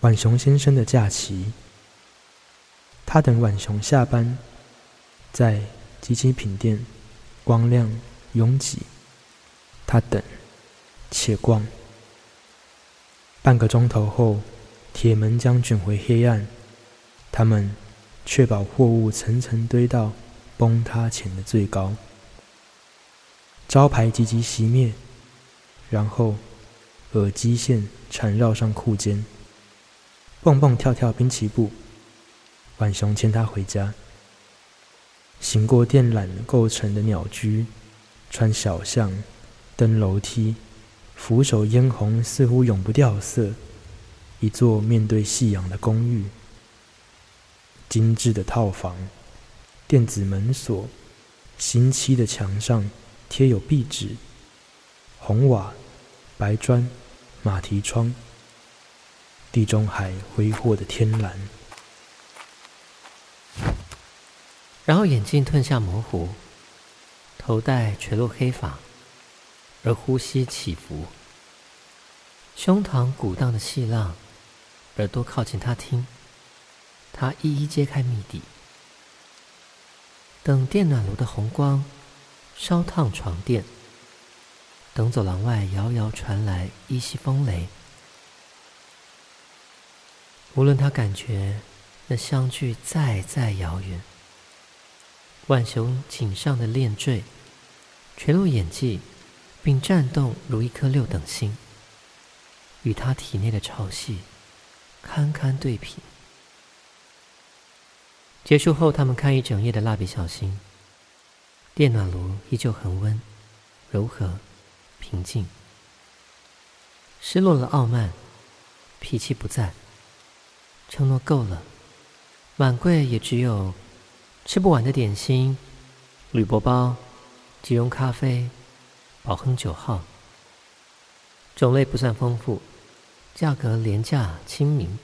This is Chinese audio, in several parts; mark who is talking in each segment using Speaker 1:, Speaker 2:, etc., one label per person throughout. Speaker 1: 浣熊先生的假期。他等浣熊下班，在集集品店，光亮拥挤，他等，且逛。半个钟头后，铁门将卷回黑暗，他们确保货物层层堆到崩塌前的最高。招牌急急熄灭，然后耳机线缠绕上裤肩，蹦蹦跳跳滨崎步。浣熊牵他回家，行过电缆构成的鸟居，穿小巷，登楼梯，扶手嫣红似乎永不掉色，一座面对夕阳的公寓，精致的套房，电子门锁，新漆的墙上贴有壁纸，红瓦、白砖、马蹄窗，地中海挥霍的天蓝。
Speaker 2: 然后眼镜褪下模糊，头戴垂落黑发，而呼吸起伏，胸膛鼓荡的细浪，耳朵靠近他听，他一一揭开谜底。等电暖炉的红光烧烫床垫，等走廊外遥遥传来依稀风雷。无论他感觉那相距再再遥远。浣熊颈上的链坠垂落眼际，并颤动如一颗六等星，与他体内的潮汐堪堪对平。结束后，他们看一整夜的《蜡笔小新》，电暖炉依旧恒温、柔和、平静。失落了傲慢，脾气不在，承诺够了，晚柜也只有。吃不完的点心，铝箔包，即溶咖啡，宝亨九号，种类不算丰富，价格廉价亲民，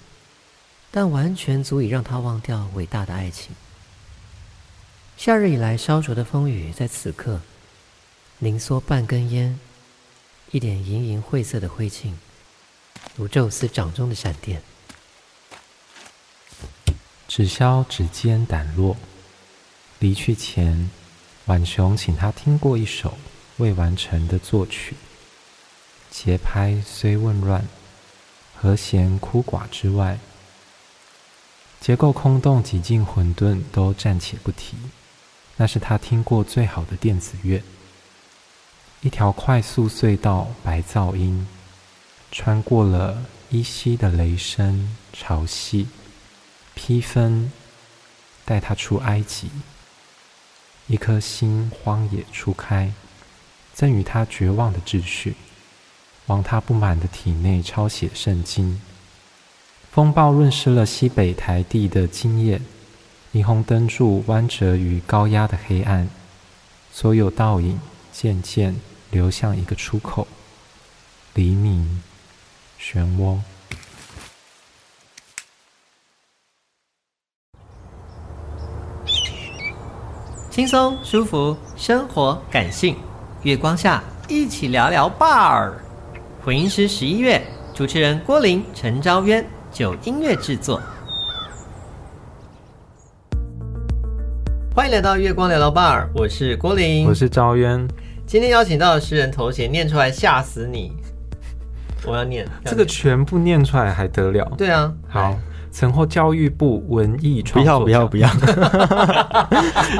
Speaker 2: 但完全足以让他忘掉伟大的爱情。夏日以来烧灼的风雨，在此刻凝缩半根烟，一点莹莹晦涩的灰烬，如宙斯掌中的闪电。
Speaker 3: 只消指尖掸落。离去前，浣熊请他听过一首未完成的作曲，节拍虽混乱，和弦枯寡之外，结构空洞几近混沌都暂且不提。那是他听过最好的电子乐。一条快速隧道白噪音，穿过了依稀的雷声、潮汐、披风，带他出埃及。一颗心荒野初开，赠予他绝望的秩序，往他不满的体内抄写圣经。风暴润湿了西北台地的今夜，霓虹灯柱弯折于高压的黑暗，所有倒影渐渐流向一个出口。黎明，漩涡。
Speaker 2: 轻松舒服，生活感性，月光下一起聊聊 bar。混音师十一月，主持人郭林、陈昭渊，九音乐制作。欢迎来到月光聊聊 bar，我是郭林，
Speaker 3: 我是昭渊。
Speaker 2: 今天邀请到的诗人头衔念出来吓死你！我要念
Speaker 3: 这个全部念出来还得了？
Speaker 2: 对啊，
Speaker 3: 好。曾获教育部文艺创
Speaker 1: 作不要 不要不要，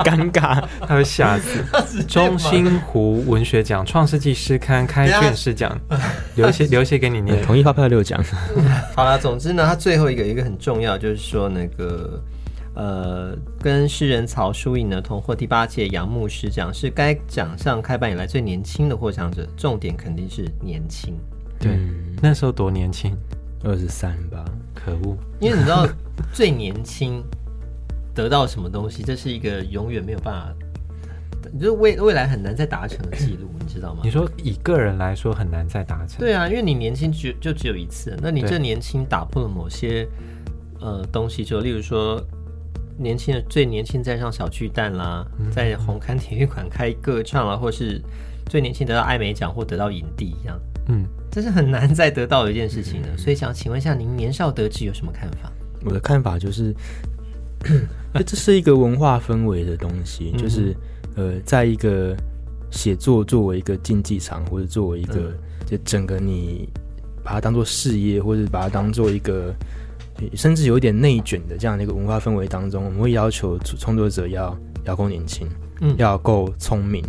Speaker 1: 尴尬，
Speaker 3: 他会吓死。中心湖文学奖、创世纪诗刊开卷式奖，留一些留一些给你念。
Speaker 1: 同意发票六奖。
Speaker 2: 好了，总之呢，他最后一个一个很重要，就是说那个呃，跟诗人曹淑颖呢同获第八届杨牧师奖，是该奖项开办以来最年轻的获奖者。重点肯定是年轻。
Speaker 3: 对，嗯、那时候多年轻。
Speaker 1: 二十三吧，
Speaker 3: 可恶！
Speaker 2: 因为你知道，最年轻得到什么东西，这是一个永远没有办法，就是未未来很难再达成的记录，你知道吗？
Speaker 3: 你说以个人来说很难再达成，
Speaker 2: 对啊，因为你年轻只就只有一次，那你这年轻打破了某些呃东西之后，就例如说。年轻的最年轻站上小巨蛋啦，在红磡体育馆开歌唱啦，或是最年轻得到艾美奖或得到影帝一样，嗯，
Speaker 4: 这是很难再得到的一件事情了。所以想请问一下，您年少得志有什么看法？
Speaker 1: 我的看法就是， 这这是一个文化氛围的东西，
Speaker 4: 嗯哼
Speaker 1: 就是呃，在一个写作作为一个竞技场，或者作为一个、
Speaker 4: 嗯
Speaker 1: 就整个你把它当做事业，或者把它当做一个甚至有一点内卷的这样的一个文化氛围当中，我们会要求创创作者要要够年轻，
Speaker 4: 嗯
Speaker 1: 要够聪明，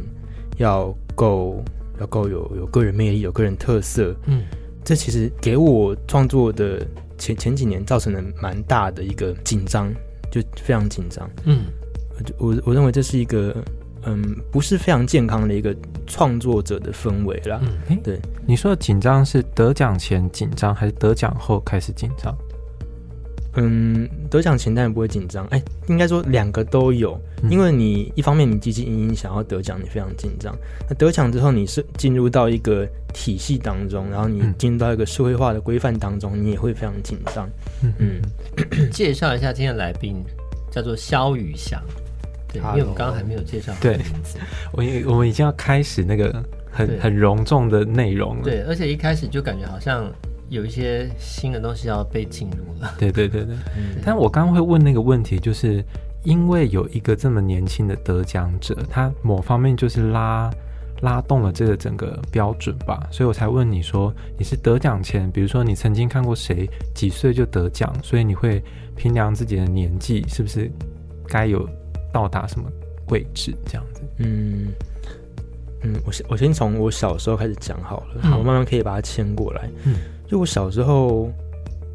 Speaker 1: 要够要够有有个人魅力，有个人特色，
Speaker 4: 嗯
Speaker 1: 这其实给我创作的前前几年造成了蛮大的一个紧张，就非常紧张。
Speaker 4: 嗯
Speaker 1: 我我我认为这是一个嗯不是非常健康的一个创作者的氛围啦。
Speaker 4: 嗯，
Speaker 3: 诶
Speaker 1: 对，
Speaker 3: 你说的紧张是得奖前紧张，还是得奖后开始紧张？
Speaker 1: 嗯，得奖前当然不会紧张，哎，应该说两个都有，
Speaker 3: 嗯
Speaker 1: 因为你一方面你汲汲营营想要得奖，你非常紧张；那得奖之后，你是进入到一个体系当中，然后你
Speaker 3: 嗯
Speaker 1: 进入到一个社会化的规范当中，你也会非常紧张。
Speaker 3: 嗯
Speaker 1: 嗯，
Speaker 4: 介绍一下今天的来宾，叫做肖宇翔。对，因为我
Speaker 1: Hello
Speaker 4: 们刚刚还没有介绍他的
Speaker 3: 对
Speaker 4: 名字。
Speaker 3: 我已我们已经要开始那个很
Speaker 4: 对
Speaker 3: 很隆重的内容
Speaker 1: 嗯
Speaker 3: 了。
Speaker 4: 对，而且一开始就感觉好像有一些新的东西要被进入了。
Speaker 3: 对对对对。
Speaker 1: 嗯
Speaker 3: 但我刚刚会问那个问题，就是因为有一个这么年轻的得奖者，他某方面就是拉拉动了这个整个标准吧，所以我才问你说，你是得奖前，比如说你曾经看过谁几岁就得奖，所以你会衡量自己的年纪是不是该有到达什么位置这样子。
Speaker 1: 嗯，嗯，我先我先从我小时候开始讲好了，
Speaker 4: 嗯
Speaker 1: 好，我慢慢可以把它牵过来。
Speaker 3: 嗯，
Speaker 1: 就我小时候，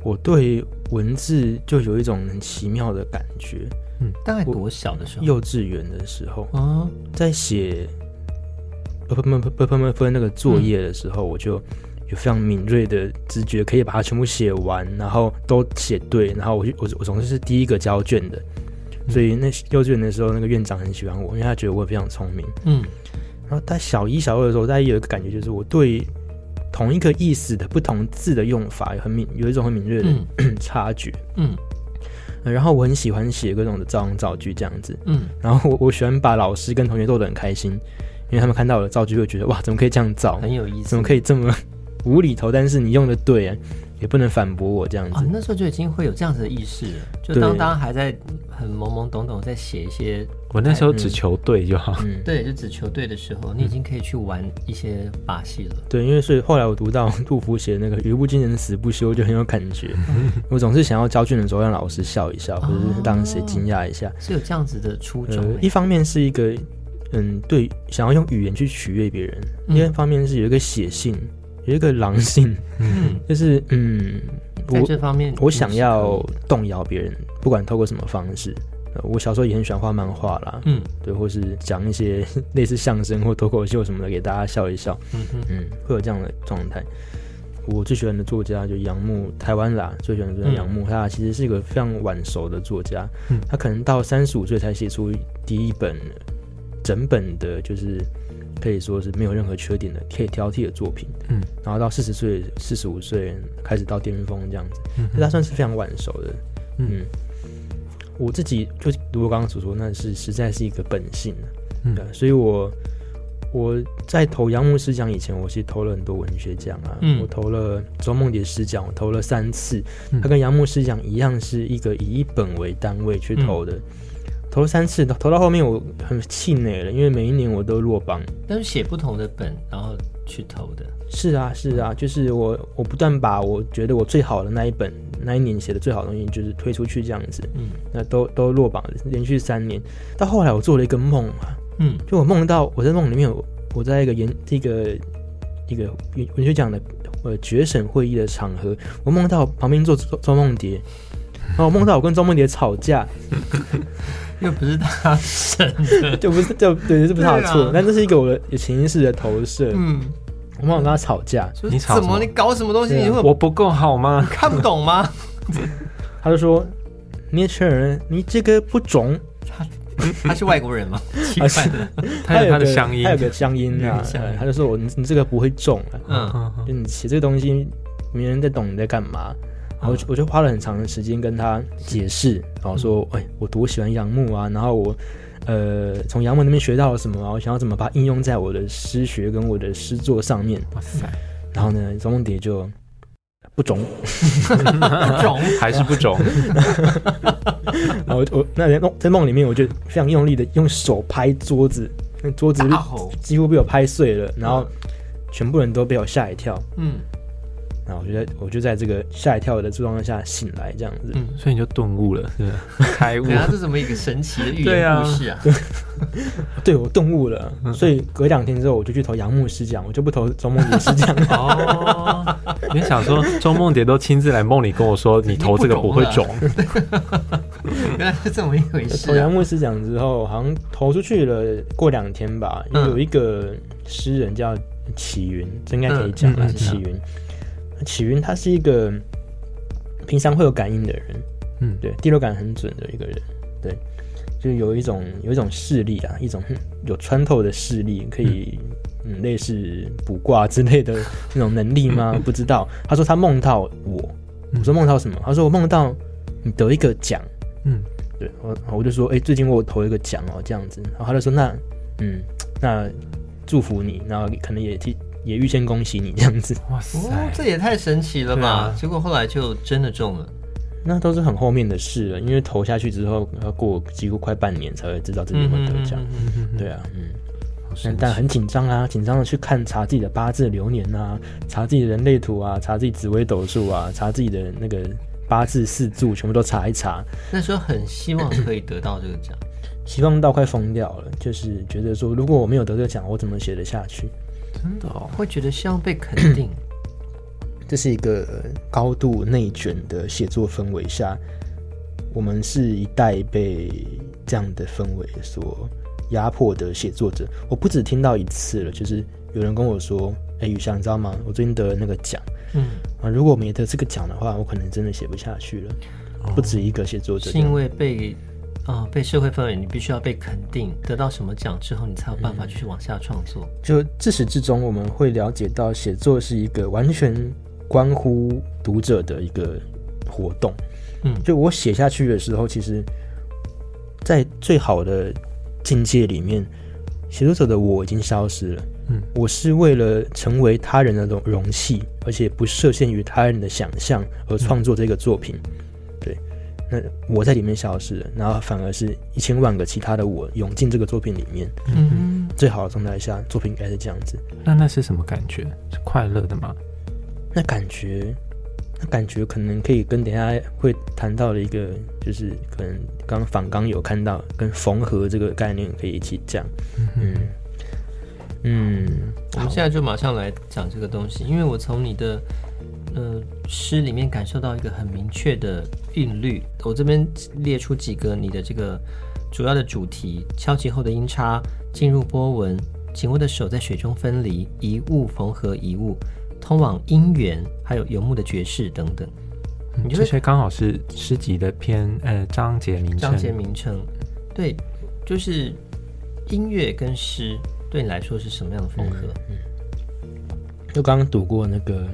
Speaker 1: 我对文字就有一种很奇妙的感觉。
Speaker 4: 大概多小的时候？
Speaker 1: 幼稚园的时候，
Speaker 4: 哦，
Speaker 1: 在写不不不不不不不那个作业的时候，我就有非常敏锐的直觉，可以把它全部写完，然后都写对，然后我就我我总是是第一个交卷的。所以那幼稚园的时候，那个院长很喜欢我，因为他觉得我非常聪明。
Speaker 4: 嗯
Speaker 1: 然后在小一、小二的时候，大家有一个感觉，就是我对同一个意思的不同字的用法有很敏，有一种很敏锐的、
Speaker 4: 嗯
Speaker 1: 察觉。
Speaker 4: 嗯
Speaker 1: 呃然后我很喜欢写各种的造型造句这样子，
Speaker 4: 嗯
Speaker 1: 然后我 我喜欢把老师跟同学逗得很开心，因为他们看到我的造句会觉得哇，怎么可以这样造？
Speaker 4: 很有意思。
Speaker 1: 怎么可以这么无厘头？但是你用的对、啊，也不能反驳我这样
Speaker 4: 啊
Speaker 1: 子。，
Speaker 4: 那时候就已经会有这样子的意识了。就
Speaker 1: 对
Speaker 4: 当大家还在很懵懵懂懂在写一些，
Speaker 3: 我那时候只求对就好。
Speaker 1: 嗯，
Speaker 4: 对，就只球队的时候，你已经可以去玩一些把戏了。
Speaker 1: 对，因为所以后来我读到 杜甫写的那个“语不惊人死不休”，就很有感觉。
Speaker 4: 嗯
Speaker 1: 我总是想要交卷的时候让老师笑一笑，或者
Speaker 4: 哦
Speaker 1: 是让谁惊讶一下。
Speaker 4: 是有这样子的初衷、
Speaker 1: 呃，
Speaker 4: 欸
Speaker 1: 一方面是一个嗯，对，想要用语言去取悦别人；，
Speaker 4: 嗯
Speaker 1: 另一方面是有一个写信，有一个狼性，
Speaker 4: 嗯，
Speaker 1: 就是嗯，
Speaker 4: 在
Speaker 1: 我
Speaker 4: 这方面，
Speaker 1: 我想要，动摇别人，不管透过什么方式。呃我小时候也很喜欢画漫画啦，
Speaker 4: 嗯
Speaker 1: 对，或是讲一些 类似相声或脱口秀什么的，给大家笑一笑，
Speaker 4: 嗯哼，
Speaker 1: 嗯，会有这样的状态。我最喜欢的作家就杨牧，台湾啦，最喜欢的作家
Speaker 4: 嗯
Speaker 1: 杨牧，他其实是一个非常晚熟的作家，
Speaker 3: 嗯
Speaker 1: 他可能到三十五岁才写出第一本整本的，就是可以说是没有任何缺点的可以挑剔的作品，
Speaker 3: 嗯，
Speaker 1: 然后到四十岁、四十五岁开始到巅峰这样子，
Speaker 3: 嗯
Speaker 1: 所以他算是非常晚熟的，
Speaker 3: 嗯
Speaker 1: 嗯。我自己就如我刚刚所说，那是实在是一个本性啊，
Speaker 3: 嗯
Speaker 1: 对啊所以我我在投杨牧师奖以前，我是投了很多文学奖啊，
Speaker 4: 嗯
Speaker 1: 我投了周梦蝶诗奖，我投了三次，
Speaker 3: 嗯
Speaker 1: 它跟杨牧师奖一样，是一个以一本为单位去投
Speaker 3: 嗯
Speaker 1: 的，投了三次，投到后面我很气馁了，因为每一年我都落榜。
Speaker 4: 但是写不同的本，然后去投的，
Speaker 1: 是啊，是啊，就是我我不断把我觉得我最好的那一本那一年写的最好的东西，就是推出去这样子，
Speaker 4: 嗯
Speaker 1: 那都都落榜，连续三年。到后来我做了一个梦啊，
Speaker 4: 嗯
Speaker 1: 就我梦到我在梦里面，我我在一个研这个一个文学奖的呃决审会议的场合，我梦到旁边坐周周梦蝶，然后我梦到我跟周梦蝶吵架，
Speaker 4: 又不是他审的，
Speaker 1: 就不是就对，这不是他的
Speaker 4: 对
Speaker 1: 错，
Speaker 4: 啊
Speaker 1: 但这是一个我的潜意识的投射。
Speaker 4: 嗯，
Speaker 1: 我梦到我跟他吵架，
Speaker 4: 说
Speaker 3: 你吵
Speaker 4: 怎
Speaker 3: 什么
Speaker 4: 你搞什么东西？
Speaker 1: 对啊
Speaker 4: 你会
Speaker 3: 我不够好吗？
Speaker 4: 看不懂吗？
Speaker 1: 他就说：“你这人，你这个不懂。
Speaker 4: 他是外国人吗？奇怪的，
Speaker 3: 他有
Speaker 1: 有
Speaker 3: 他的
Speaker 1: 个
Speaker 3: 乡音
Speaker 1: 他。有个乡音
Speaker 4: 有
Speaker 1: 啊
Speaker 4: 点，乡音
Speaker 1: 呃他就说我你你这个不会中啊，
Speaker 4: 嗯
Speaker 3: 嗯
Speaker 1: 就你写这个东西，没人在懂你在干嘛。然后我就
Speaker 3: 嗯
Speaker 1: 我就花了很长的时间跟他解释，然后说，
Speaker 3: 嗯
Speaker 1: 哎，我多喜欢杨牧啊，然后我，呃，从杨牧那边学到了什么啊，我想要怎么把它应用在我的诗学跟我的诗作上面。
Speaker 3: 哇塞，
Speaker 1: 然后呢，张梦蝶就不中，
Speaker 2: 肿，
Speaker 3: 还 是不肿，
Speaker 1: 然后我我那在梦在梦里面，我就非常用力的用手拍桌子，那桌子
Speaker 2: 大吼，
Speaker 1: 几乎被我拍碎了，然后
Speaker 3: 嗯
Speaker 1: 全部人都被我吓一跳，
Speaker 2: 嗯
Speaker 1: 然后我就在我就在这个吓一跳的状况下醒来，这样子。
Speaker 2: 嗯，
Speaker 3: 所以你就顿悟了，是吧？开悟
Speaker 2: 等，下这怎么一个神奇的寓
Speaker 3: 对
Speaker 2: 言
Speaker 3: 啊。
Speaker 2: 故事啊？
Speaker 1: 对我顿悟了，
Speaker 2: 嗯
Speaker 1: 所以隔两天之后我就去投杨牧师奖，我就不投周梦蝶师奖了
Speaker 3: 哦，你想说周梦蝶都亲自来梦里跟我说，你头这个不会肿，
Speaker 2: 原来 是这么一回事
Speaker 1: 投
Speaker 2: 啊
Speaker 1: 杨！牧师奖之后，好像投出去了，过两天吧，
Speaker 2: 嗯
Speaker 1: 有一个诗人叫启云，这应该可以讲
Speaker 3: 嗯嗯
Speaker 1: 了，
Speaker 3: 嗯
Speaker 1: 是启云。启云他是一个平常会有感应的人，
Speaker 3: 嗯，
Speaker 1: 对，第六感很准的一个人，对，就有一种有一种视力啊，一种哼有穿透的视力，可以嗯类似卜卦之类的 那种能力 吗？不知道。他说他梦到我，我说梦到什么？他说我梦到你得一个奖，
Speaker 3: 嗯，
Speaker 1: 对我我就说哎、诶最近我有投一个奖哦，这样子，然后他就说那嗯那祝福你，然后可能也替也预先恭喜你这样子，
Speaker 3: 哇
Speaker 2: 哦
Speaker 3: 塞，，
Speaker 2: 这也太神奇了吧！
Speaker 3: 对啊
Speaker 2: 结果后来就真的中了。
Speaker 1: 那都是很后面的事了，因为投下去之后要过几乎快半年才会知道自己有没有得奖。
Speaker 2: 嗯
Speaker 1: 对啊，嗯，
Speaker 3: 好神
Speaker 1: 但但
Speaker 3: 奇
Speaker 1: 很紧张啊，紧张的去看查自己的八字流年啊，查自己的人类图啊，查自己紫微斗数啊，查自己的那个八字四柱，全部都查一查，
Speaker 2: 那时候很希望可以得到这个奖，
Speaker 1: 希望到快疯掉了，就是觉得说，如果我没有得这个奖，我怎么写得下去？
Speaker 3: 真的哦，
Speaker 2: 会觉得希望被肯定。
Speaker 1: 这是一个呃高度内卷的写作氛围下，我们是一代被这样的氛围所压迫的写作者。我不止听到一次了，就是有人跟我说：“哎，雨翔，你知道吗？我最近得了那个奖
Speaker 2: 嗯，
Speaker 1: 啊，如果我没得这个奖的话，我可能真的写不下去了。”不止一个写作者
Speaker 2: 是
Speaker 1: 这样，
Speaker 2: 因为被啊、被社会氛围，你必须要被肯定，得到什么奖之后，你才有办法继续往下创作。
Speaker 1: 就自始至终，我们会了解到写作是一个完全关乎读者的一个活动。
Speaker 2: 嗯
Speaker 1: 就我写下去的时候，其实，在最好的境界里面，写作者的我已经消失了。
Speaker 3: 嗯，
Speaker 1: 我是为了成为他人的容容器，而且不设限于他人的想象而创作这个作品。对，那我在里面消失了，然后反而是一千万个其他的我涌进这个作品里面。
Speaker 2: 嗯，
Speaker 1: 最好的状态下，作品应该是这样子。
Speaker 3: 那那是什么感觉？是快乐的吗？
Speaker 1: 那感觉，那感觉可能可以跟等一下会谈到的一个，就是可能刚反刚有看到跟缝合这个概念可以一起讲。嗯嗯，
Speaker 2: 我们现在就马上来讲这个东西，因为我从你的呃诗里面感受到一个很明确的韵律。我这边列出几个你的这个主要的主题：敲击后的音叉，进入波纹，紧握的手在水中分离，一物缝合一物，通往姻缘，还有游牧的爵士等等。
Speaker 3: 嗯
Speaker 2: 你就
Speaker 3: 这
Speaker 2: 会
Speaker 3: 些刚好是诗集的篇呃章节名称，
Speaker 2: 章节名称，对，就是音乐跟诗对你来说是什么样的缝合？
Speaker 1: 就刚刚读过那个。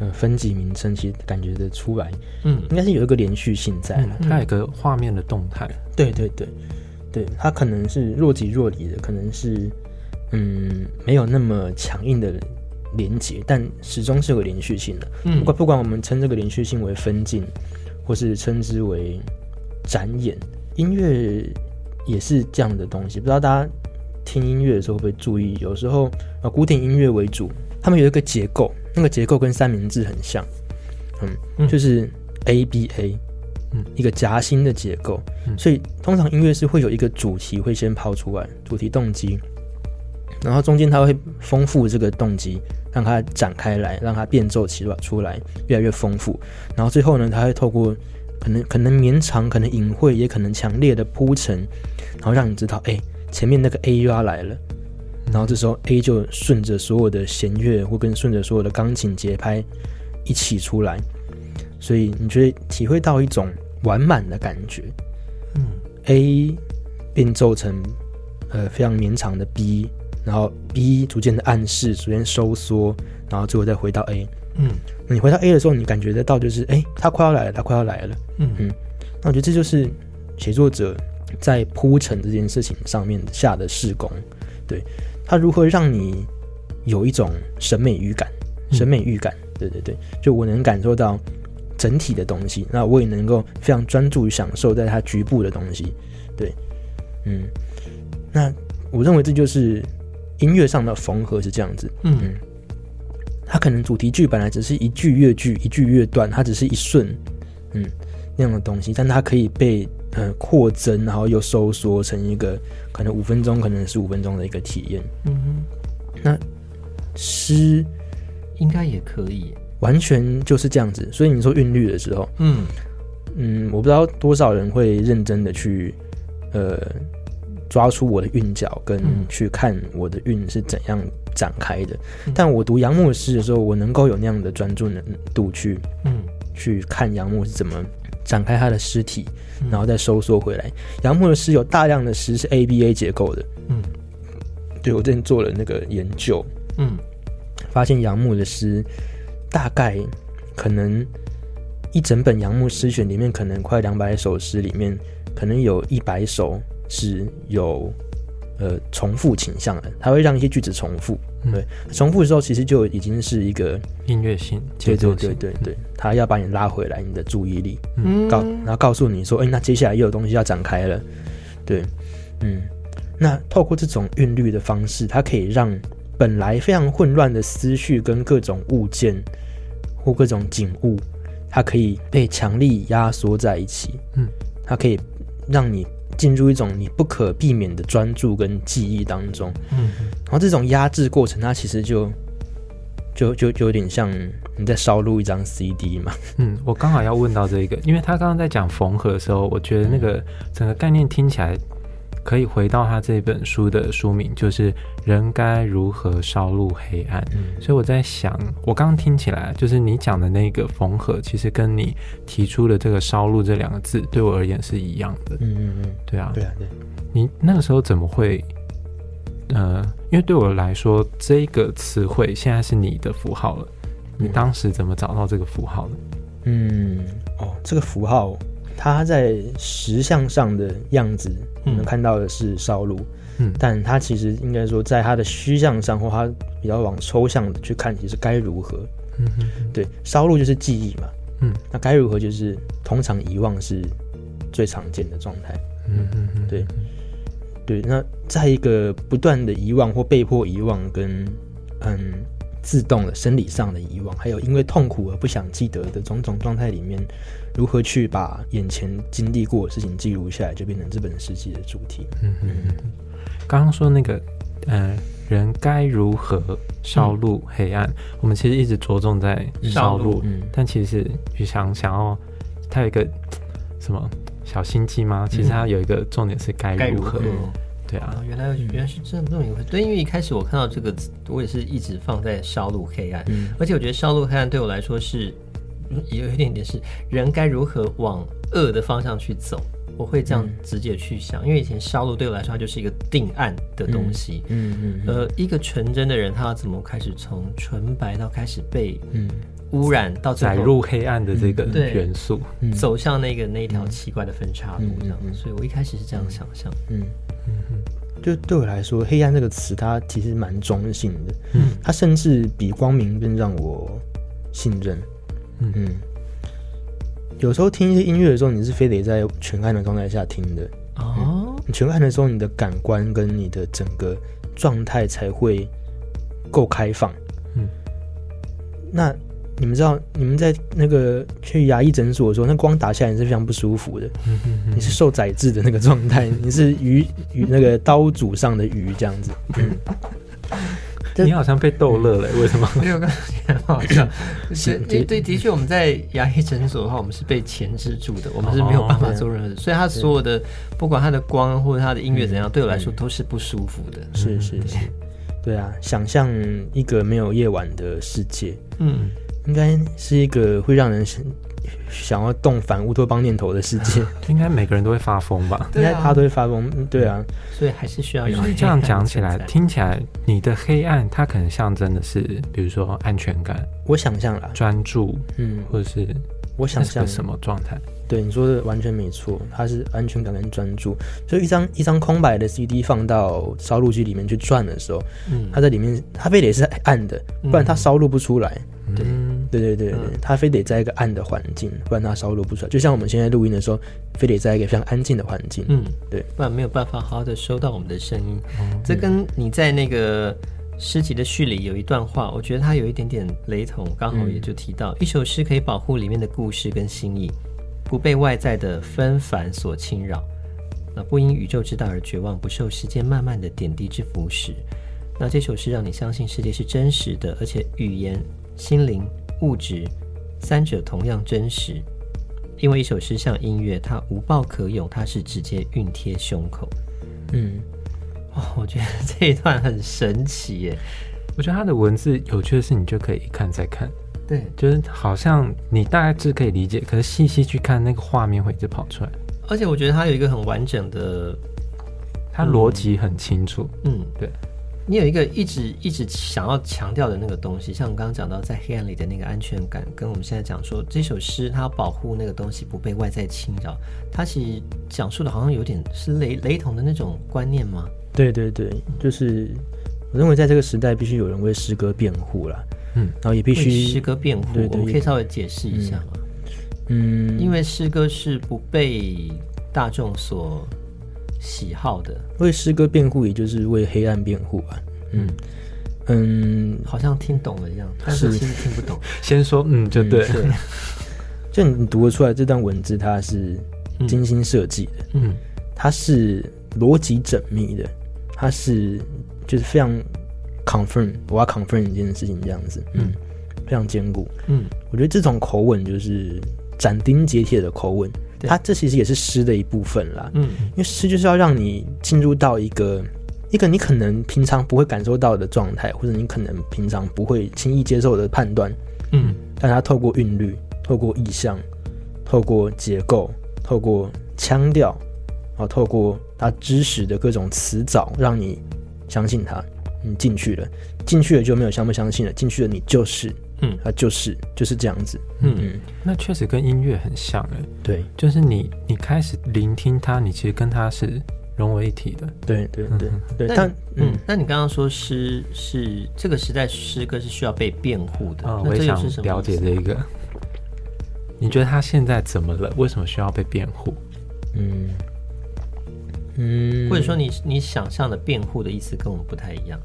Speaker 1: 嗯，分级名称其实感觉得出来，
Speaker 2: 嗯
Speaker 1: 应该是有一个连续性在
Speaker 3: 嗯
Speaker 1: 了。
Speaker 3: 它有一个画面的动态，
Speaker 1: 对对对，对，它可能是若即若离的，可能是嗯没有那么强硬的连接，但始终是有连续性的。
Speaker 2: 嗯
Speaker 1: 不管不管我们称这个连续性为分镜，或是称之为展演，音乐也是这样的东西。不知道大家听音乐的时候会不会注意，有时候呃古典音乐为主，他们有一个结构，那个结构跟三明治很像，
Speaker 2: 嗯
Speaker 1: 嗯，就是 A B A，
Speaker 3: 嗯
Speaker 1: 嗯，一个夹心的结构。
Speaker 3: 嗯
Speaker 1: 所以通常音乐是会有一个主题会先抛出来，主题动机，然后中间它会丰富这个动机，让它展开来，让它变奏起来出来，越来越丰富。然后最后呢，它会透过可能可能绵长，可能隐晦，也可能强烈的铺陈，然后让你知道，哎，前面那个 A 又要来了。然后这时候 A 就顺着所有的弦乐，或跟顺着所有的钢琴节拍一起出来，所以你就会体会到一种完满的感觉。
Speaker 2: 嗯
Speaker 1: A 变奏成呃非常绵长的 B，然后 B 逐渐的暗示，逐渐收缩，然后最后再回到 A。
Speaker 2: 嗯
Speaker 1: 你回到 A 的时候，你感觉得到就是，哎、它快要来了，它快要来了。
Speaker 2: 嗯
Speaker 1: 那我觉得这就是写作者在铺陈这件事情上面下的试工，对他如何让你有一种审美语感，审美预感。对对对，就我能感受到整体的东西，那我也能够非常专注于享受在它局部的东西。对，嗯，那我认为这就是音乐上的缝合是这样子。
Speaker 3: 嗯
Speaker 1: 它可能主题剧本来只是一句乐句、一句乐段，它只是一瞬，嗯，那样的东西，但它可以被呃扩增，然后又收缩成一个可能五分钟、可能十五分钟的一个体验。
Speaker 3: 嗯哼，
Speaker 1: 诗
Speaker 3: 应该也可以。
Speaker 1: 完全就是这样子，所以你说韵律的时候，
Speaker 3: 嗯
Speaker 1: 嗯，我不知道多少人会认真的去呃抓出我的韵脚，跟
Speaker 3: 嗯
Speaker 1: 去看我的韵是怎样展开的。
Speaker 3: 嗯
Speaker 1: 但我读杨牧的诗的时候，我能够有那样的专注能度去
Speaker 3: 嗯
Speaker 1: 去看杨牧是怎么展开他的尸体
Speaker 3: 嗯，
Speaker 1: 然后再收缩回来。杨牧的诗有大量的诗是 A B A 结构的，
Speaker 3: 嗯
Speaker 1: 对我之前做了那个研究，
Speaker 3: 嗯
Speaker 1: 发现杨牧的诗大概可能一整本杨牧诗选里面，可能快两百首诗里面，可能有一百首是有呃重复倾向的，它会让一些句子重复。
Speaker 3: 嗯
Speaker 1: 对，重复的时候其实就已经是一个
Speaker 3: 音乐性、
Speaker 1: 对对
Speaker 3: 节奏
Speaker 1: 对
Speaker 3: 性，
Speaker 1: 对对，他要把你拉回来，你的注意力。
Speaker 3: 嗯
Speaker 1: 告，然后告诉你说，哎、那接下来又有东西要展开了，对，嗯，那透过这种韵律的方式，它可以让本来非常混乱的思绪跟各种物件或各种景物，它可以被强力压缩在一起，
Speaker 3: 嗯，
Speaker 1: 它可以让你进入一种你不可避免的专注跟记忆当中，
Speaker 3: 嗯
Speaker 1: 然后这种压制过程，它其实就就就就有点像你在烧录一张 CD 嘛，
Speaker 3: 嗯，我刚好要问到这个，因为他刚刚在讲缝合的时候，我觉得那个
Speaker 1: 嗯
Speaker 3: 整个概念听起来可以回到他这本书的书名，就是《人该如何烧入黑暗》。
Speaker 1: 嗯
Speaker 3: 所以我在想，我刚刚听起来，就是你讲的那个缝合，其实跟你提出的这个“烧录”这两个字，对我而言是一样的。
Speaker 1: 嗯嗯嗯，
Speaker 3: 对啊，
Speaker 1: 对啊对。
Speaker 3: 你那个时候怎么会？呃，因为对我来说，这个词汇现在是你的符号了。你
Speaker 1: 嗯
Speaker 3: 当时怎么找到这个符号的？
Speaker 1: 嗯，哦，这个符号它在石像上的样子，我们
Speaker 3: 嗯
Speaker 1: 看到的是烧炉，
Speaker 3: 嗯
Speaker 1: 但它其实应该说在它的虚像上，或它比较往抽象的去看，其实该如何？
Speaker 3: 嗯哼哼
Speaker 1: 对，烧炉就是记忆嘛，
Speaker 3: 嗯，
Speaker 1: 那该如何就是通常遗忘是最常见的状态。
Speaker 3: 嗯嗯嗯，
Speaker 1: 对对，那在一个不断的遗忘或被迫遗忘跟嗯自动的生理上的遗忘，还有因为痛苦而不想记得的种种状态里面，如何去把眼前经历过的事情记录下来，就变成这本诗集的主题。
Speaker 3: 嗯嗯嗯嗯。刚刚说那个，呃，人该如何烧录黑暗？我们其实一直着重在
Speaker 1: 嗯
Speaker 3: 嗯烧
Speaker 4: 烧
Speaker 3: 录
Speaker 4: 录，
Speaker 1: 嗯，
Speaker 3: 但其实宇翔想要，他有一个什么小心机吗？其实他有一个重点是该
Speaker 4: 嗯该
Speaker 3: 如
Speaker 4: 如
Speaker 3: 何，
Speaker 4: 何？
Speaker 1: 嗯
Speaker 3: 对啊
Speaker 4: 啊，，原来原来是这么这么一回事。对，因为一开始我看到这个字，我也是一直放在烧录黑暗，
Speaker 1: 嗯
Speaker 4: 而且我觉得烧录黑暗对我来说是嗯有一点点是人该如何往恶的方向去走。我会这样直接去想，
Speaker 3: 嗯
Speaker 4: 因为以前烧录对我来说，它就是一个定案的东西。
Speaker 1: 嗯嗯
Speaker 4: 呃，一个纯真的人，他要怎么开始从纯白到开始被
Speaker 1: 嗯
Speaker 4: 污染，到最
Speaker 3: 载
Speaker 4: 后
Speaker 3: 入黑暗的这个
Speaker 1: 嗯
Speaker 4: 对
Speaker 3: 元素，
Speaker 1: 嗯，
Speaker 4: 走向那个那一条奇怪的分岔路
Speaker 1: 嗯嗯
Speaker 4: 这样。
Speaker 1: 嗯
Speaker 4: 所以我一开始是这样想象。
Speaker 1: 嗯。
Speaker 3: 嗯哼
Speaker 1: 就对我来说，“黑暗”这个词，它其实蛮中性的，
Speaker 3: 嗯
Speaker 1: 它甚至比光明更让我信任。
Speaker 3: 嗯
Speaker 1: 嗯，有时候听一些音乐的时候，你是非得在全暗的状态下听的。
Speaker 4: 哦，
Speaker 1: 你全暗的时候，你的感官跟你的整个状态才会够开放。
Speaker 3: 嗯，
Speaker 1: 那你们知道，你们在那个去牙医诊所的时候，那光打下来你是非常不舒服的，
Speaker 3: 嗯哼哼
Speaker 1: 你是受宰制的那个状态，你是鱼鱼那个刀俎上的鱼这样
Speaker 3: 嗯
Speaker 1: 子。这
Speaker 3: 你好像被逗乐
Speaker 4: 嗯
Speaker 3: 了，为什么？
Speaker 4: 没有，刚刚 好像
Speaker 1: 是
Speaker 4: 对对对，的确，我们在牙医诊所的话，我们是被钳制住的，我们是没有办法做任何事，所以它所有的不管它的光或者它的音乐怎样，对我来说都是不舒服的。
Speaker 1: 是是是，对啊，想象一个没有夜晚的世界，
Speaker 4: 嗯，
Speaker 1: 应该是一个会让人想想要动反乌托邦念头的世 界，
Speaker 3: 应该每个人都会发疯吧？
Speaker 1: 应
Speaker 4: 对
Speaker 1: 该
Speaker 4: 啊
Speaker 1: 他都会发疯。嗯对啊，
Speaker 4: 所以还是需要有
Speaker 3: 所以
Speaker 4: 黑
Speaker 3: 这样
Speaker 4: 暗
Speaker 3: 讲起来，
Speaker 4: 存在
Speaker 3: 听起来你的黑暗，它可能象征的是，比如说安全感、
Speaker 1: 我想象啦，
Speaker 3: 专注，
Speaker 1: 嗯，
Speaker 3: 或者是
Speaker 1: 我想
Speaker 3: 那是
Speaker 1: 象
Speaker 3: 个什么状态？
Speaker 1: 对你说的完全没错，它是安全感跟专注。所以一张一张空白的 CD 放到烧录机里面去转的时候，
Speaker 3: 嗯
Speaker 1: 它在里面它非得是暗的，不然它烧录不出来。
Speaker 2: 对
Speaker 3: 嗯
Speaker 1: 对对对对，
Speaker 3: 嗯
Speaker 1: 它非得在一个暗的环境，不然它烧录不出来。就像我们现在录音的时候，非得在一个非常安静的环境。
Speaker 2: 嗯，
Speaker 1: 对，嗯
Speaker 2: 不然没有办法好好的收到我们的声音。
Speaker 3: 哦
Speaker 2: 这跟你在那个诗集的序里有一段话，我觉得它有一点点雷同，刚好也就提到，一首诗可以保护里面的故事跟心意，不被外在的纷繁所侵扰，那不因宇宙之大而绝望，不受时间慢慢的点滴之腐蚀。那这首诗让你相信世界是真实的，而且语言、心灵、物质三者同样真实。因为一首诗像音乐，它无抱可咏，它是直接熨贴胸口。
Speaker 1: 嗯，
Speaker 2: 哇， 我觉得这一段很神奇耶。
Speaker 3: 我觉得他的文字有趣的是，你就可以一看再看，
Speaker 2: 对，
Speaker 3: 就是好像你大概是可以理解，可是细细去看那个画面会一直跑出来，
Speaker 2: 而且我觉得它有一个很完整的，
Speaker 3: 它逻辑很清楚。
Speaker 2: 嗯，
Speaker 3: 对，
Speaker 2: 你有一个一直一直想要强调的那个东西，像我刚刚讲到在黑暗里的那个安全感，跟我们现在讲说这首诗它保护那个东西不被外在侵扰，它其实讲述的好像有点是雷雷同的那种观念吗？
Speaker 1: 对对对，就是我认为在这个时代必须有人为诗歌辩护啦。
Speaker 3: 嗯，
Speaker 1: 然后也必
Speaker 2: 为诗
Speaker 1: 须
Speaker 2: 歌辩护，
Speaker 1: 对对
Speaker 2: 我们可以稍微解释一下吗？
Speaker 1: 嗯，
Speaker 2: 因为诗歌是不被大众所喜好的，
Speaker 1: 为诗歌辩护，也就是为黑暗辩护吧。嗯嗯，
Speaker 2: 好像听懂了一样，但是
Speaker 1: 是
Speaker 2: 其实听不懂。
Speaker 3: 先说嗯，就对，
Speaker 2: 对，
Speaker 1: 就你读得出来这段文字，它是精心设计的，
Speaker 3: 嗯
Speaker 1: 它是逻辑缜密的，它是就是非常 confirm，我要 confirm 一件事情这样子，嗯，非常坚固。
Speaker 3: 嗯，
Speaker 1: 我觉得这种口吻就是斩钉截铁的口吻，
Speaker 2: 对
Speaker 1: 它这其实也是诗的一部分啦，
Speaker 2: 嗯，
Speaker 1: 因为诗就是要让你进入到一个一个你可能平常不会感受到的状态，或者你可能平常不会轻易接受的判断，
Speaker 3: 嗯，
Speaker 1: 但它透过韵律、透过意象、透过结构、透过腔调，啊，透过它知识的各种词藻，让你相信它，你进去了，进去了就没有相不相信了，进去了你就是，
Speaker 2: 嗯，
Speaker 1: 它就是就是这样子，
Speaker 3: 嗯
Speaker 1: 嗯，
Speaker 3: 那确实跟音乐很像诶，
Speaker 1: 对
Speaker 3: 就是你你开始聆听它，你其实跟它是融为一体的。
Speaker 1: 对对对对，
Speaker 2: 那
Speaker 1: 但嗯
Speaker 2: 嗯，那你刚刚说诗是这个时代诗歌是需要被辩护的，
Speaker 3: 嗯，我
Speaker 2: 那
Speaker 3: 也
Speaker 2: 这又
Speaker 3: 想
Speaker 2: 是什么意思？
Speaker 3: 了解这一个。你觉得他现在怎么了？为什么需要被辩护？
Speaker 1: 嗯嗯，
Speaker 2: 或者说你你想象的辩护的意思跟我们不太一样。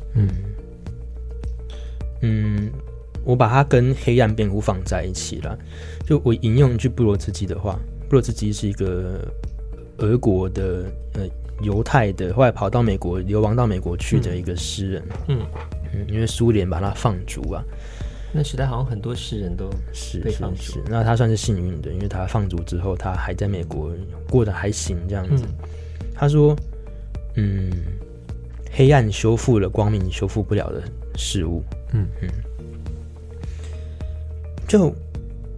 Speaker 1: 嗯，我把它跟黑暗辩护放在一起了。就我引用一句布罗茨基的话，布罗茨基是一个俄国的呃犹太的，后来跑到美国流亡到美国去的一个诗人。
Speaker 2: 嗯
Speaker 1: 嗯，因为苏联把他放逐啊，
Speaker 2: 那时代好像很多诗人都
Speaker 1: 是
Speaker 2: 被
Speaker 1: 是
Speaker 2: 放逐
Speaker 1: 是，那他算是幸运的，因为他放逐之后，他还在美国过得还行这样子。他说，嗯，黑暗修复了光明修复不了的事物。
Speaker 3: 嗯
Speaker 1: 嗯，就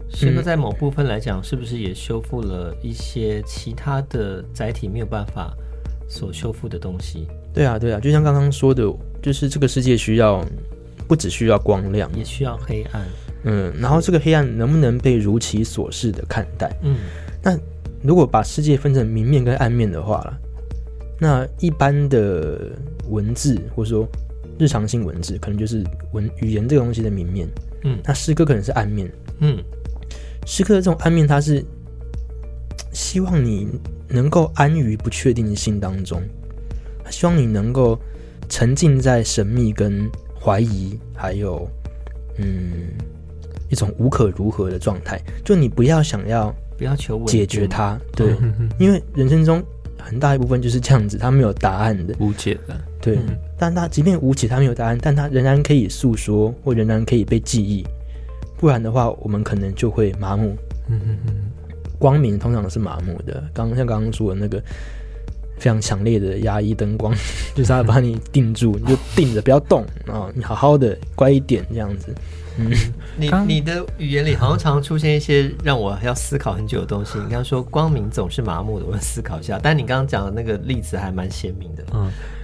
Speaker 2: 诗歌在某部分来讲，是不是也修复了一些其他的载体没有办法所修复的东西，
Speaker 1: 对啊对啊，就像刚刚说的，就是这个世界需要不只需要光亮，
Speaker 2: 也需要黑暗。
Speaker 1: 嗯，然后这个黑暗能不能被如其所示的看待？
Speaker 2: 嗯
Speaker 1: 如果把世界分成明面跟暗面的话啦，那一般的文字或者说日常性文字，可能就是文语言这个东西的明面。
Speaker 2: 嗯，
Speaker 1: 那诗歌可能是暗面。
Speaker 2: 嗯
Speaker 1: 诗歌的这种暗面，它是嘖希望你能够安于不确定性当中，它希望你能够沉浸在神秘跟怀疑，还有嗯一种无可如何的状态。就你不要想要
Speaker 2: 不要求稳定
Speaker 1: 解决。它，对，
Speaker 3: 嗯哼
Speaker 1: 因为人生中很大一部分就是这样子，它没有答案的，
Speaker 3: 无解的。
Speaker 1: 对。
Speaker 3: 嗯
Speaker 1: 但它即便无解，它没有答案，但它仍然可以诉说，或仍然可以被记忆。不然的话，我们可能就会麻木。
Speaker 3: 嗯嗯嗯，
Speaker 1: 光明通常是麻木的，刚像刚刚说的那个非常强烈的压抑灯光， 就是它把你定住，你就定着不要动啊，你好好的乖一点这样子。
Speaker 2: 你
Speaker 3: 刚
Speaker 2: 你的语言里好像常出现一些让我要思考很久的东西。你刚刚说光明总是麻木的，我要思考一下。但你刚刚讲的那个例子还蛮鲜明的。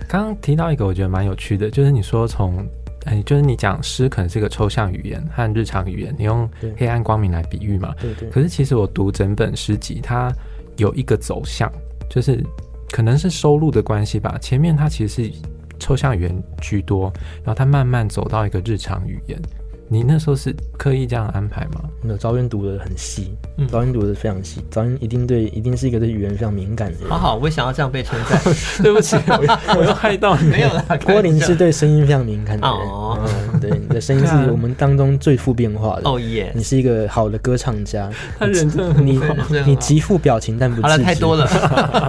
Speaker 3: 刚刚提到一个我觉得蛮有趣的，就是你说从哎，就是你讲诗可能是个抽象语言和日常语言，你用
Speaker 1: 对
Speaker 3: 黑暗光明来比喻嘛。
Speaker 1: 对对，
Speaker 3: 可是其实我读整本诗集，它有一个走向，就是可能是收录的关系吧。前面它其实是抽象语言居多，然后它慢慢走到一个日常语言。你那时候是刻意这样安排 吗？
Speaker 1: 没有早渊读的很细，
Speaker 3: 嗯
Speaker 1: 早渊读的非常细，早渊一定对，一定是一个对语言非常敏感的人。
Speaker 2: 好好，我也想要这样被称赞。
Speaker 3: 对不起，我我又害到你。
Speaker 2: 没有啦，开
Speaker 1: 郭
Speaker 2: 玩
Speaker 1: 林
Speaker 2: 笑
Speaker 1: 是对声音非常敏感的人，
Speaker 2: 哦
Speaker 1: 嗯，对，你的声音是
Speaker 3: 对啊
Speaker 1: 我们当中最富变化的。
Speaker 2: 哦耶
Speaker 1: 你，是一个好的歌唱 家，
Speaker 3: 他人真的很
Speaker 1: 你
Speaker 2: 真的很好啊
Speaker 1: 你极富表情但不
Speaker 2: 好了，
Speaker 1: 自
Speaker 2: 太
Speaker 1: 知
Speaker 2: 多了。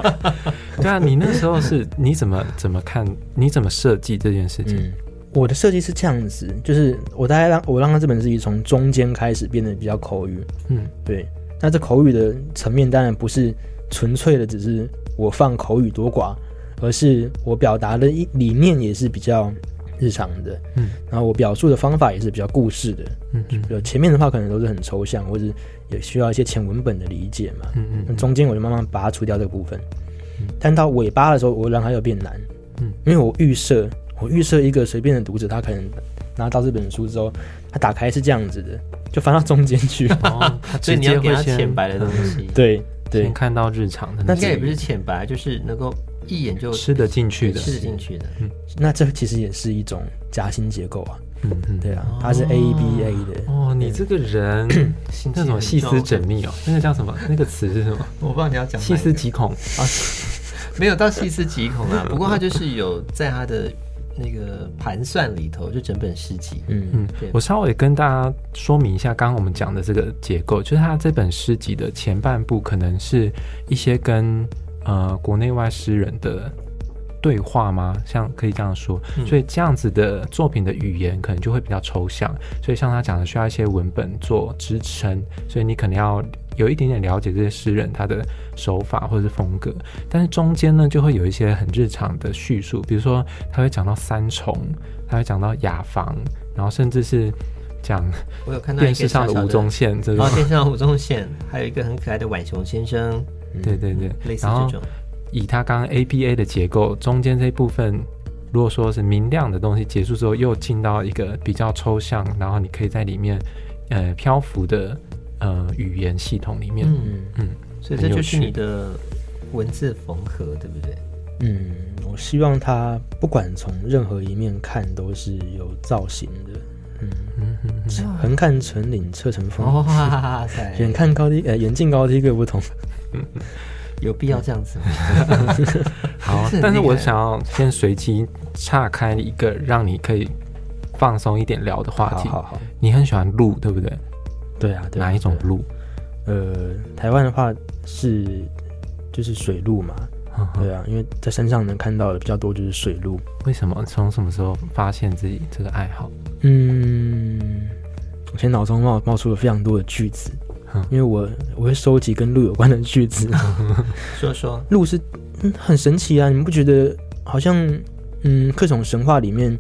Speaker 3: 对啊，你那时候是你怎么怎么看？你怎么设计这件事情？
Speaker 1: 嗯，我的设计是这样子，就是我大概让我让他这本诗集从中间开始变得比较口语，
Speaker 3: 嗯，
Speaker 1: 对。那这口语的层面当然不是纯粹的只是我放口语多寡，而是我表达的一理念也是比较日常的，
Speaker 3: 嗯，
Speaker 1: 然后我表述的方法也是比较故事的。
Speaker 3: 嗯嗯
Speaker 1: 就前面的话可能都是很抽象，或者也需要一些前文本的理解嘛，
Speaker 3: 嗯嗯
Speaker 1: 那
Speaker 3: 嗯，
Speaker 1: 中间我就慢慢拔除掉这个部分
Speaker 3: 嗯，
Speaker 1: 但到尾巴的时候，我让它又变难。
Speaker 3: 嗯，
Speaker 1: 因为我预设，我预设一个随便的读者，他可能拿到这本书之后，他打开是这样子的，就翻到中间去。
Speaker 3: 哦，他
Speaker 2: 所
Speaker 3: 直
Speaker 2: 以你
Speaker 3: 接
Speaker 2: 要给
Speaker 3: 会
Speaker 2: 他
Speaker 3: 先
Speaker 2: 浅白的东西，，
Speaker 1: 对对
Speaker 3: 先，看到日常的那
Speaker 1: 那
Speaker 2: 应该也
Speaker 3: 些
Speaker 2: 不是浅白，就是能够一眼就
Speaker 3: 吃得进去的，
Speaker 2: 吃得进去的。
Speaker 1: 那这其实也是一种夹心结构啊。
Speaker 3: 嗯嗯，
Speaker 1: 对啊，它是 A B A 的。
Speaker 3: 哦，你这个 人
Speaker 2: 心机
Speaker 3: 那
Speaker 2: 很
Speaker 3: 种细思
Speaker 2: 重
Speaker 3: 缜密哦，那个叫什么？那个词是什么？
Speaker 2: 我不知道你要讲哪一
Speaker 3: 细
Speaker 2: 个
Speaker 3: 思极恐。
Speaker 2: 没有到细思极恐啊，不过他就是有在他的那个盘算里头，就整本诗集。
Speaker 1: 嗯，
Speaker 3: 嗯
Speaker 2: 对，
Speaker 3: 我稍微跟大家说明一下，刚刚我们讲的这个结构，就是它这本诗集的前半部可能是一些跟呃国内外诗人的对话吗？像可以这样说，
Speaker 2: 嗯
Speaker 3: 所以这样子的作品的语言可能就会比较抽象，所以像他讲的需要一些文本做支撑，所以你可能要有一点点了解这些诗人他的手法或者是风格，但是中间呢就会有一些很日常的叙述，比如说他会讲到三重，他会讲到雅房，然后甚至是讲
Speaker 2: 我有看到一
Speaker 3: 电
Speaker 2: 个
Speaker 3: 视上
Speaker 2: 小哦
Speaker 3: 的
Speaker 2: 小
Speaker 3: 吴宗宪这
Speaker 2: 然
Speaker 3: 种
Speaker 2: 后，电视上吴宗宪， 还有一个很可爱的浣熊先生，
Speaker 1: 嗯
Speaker 3: 对对对，
Speaker 2: 类似
Speaker 3: 然后
Speaker 2: 这种。
Speaker 3: 以它刚刚 ABA 的结构，中间这部分如果说是明亮的东西结束之后，又进到一个比较抽象，然后你可以在里面呃漂浮的呃语言系统里面，
Speaker 2: 嗯，
Speaker 1: 嗯
Speaker 2: 所以这
Speaker 3: 很有
Speaker 2: 就是
Speaker 3: 趣
Speaker 2: 你的文字缝合，对不对？
Speaker 1: 嗯，我希望它不管从任何一面看都是有造型的。嗯，哦
Speaker 3: 嗯嗯嗯
Speaker 1: 横看成岭侧成峰，
Speaker 2: 哦哇塞，
Speaker 1: 远看高低呃远近高低各不同。
Speaker 2: 有必要这样子吗？
Speaker 3: 好
Speaker 2: 是很，
Speaker 3: 但
Speaker 2: 厉
Speaker 3: 是
Speaker 2: 害
Speaker 3: 我想要先随机岔开一个让你可以放松一点聊的话
Speaker 1: 好
Speaker 3: 题。
Speaker 1: 好好，
Speaker 3: 你很喜欢鹿，对不对？
Speaker 1: 对啊，对啊
Speaker 3: 哪一种
Speaker 1: 对啊
Speaker 3: 鹿？
Speaker 1: 呃，台湾的话是就是水路嘛，
Speaker 3: 呵呵
Speaker 1: 对啊，因为在山上能看到的比较多就是水路。
Speaker 3: 为什么？从什么时候发现自己这个爱好？
Speaker 1: 嗯，我现在脑中冒冒出了非常多的句子
Speaker 3: 嗯，
Speaker 1: 因为我我会收集跟路有关的句子。
Speaker 2: 说说，
Speaker 1: 路是、嗯、很神奇啊，你不觉得好像嗯各种神话里面，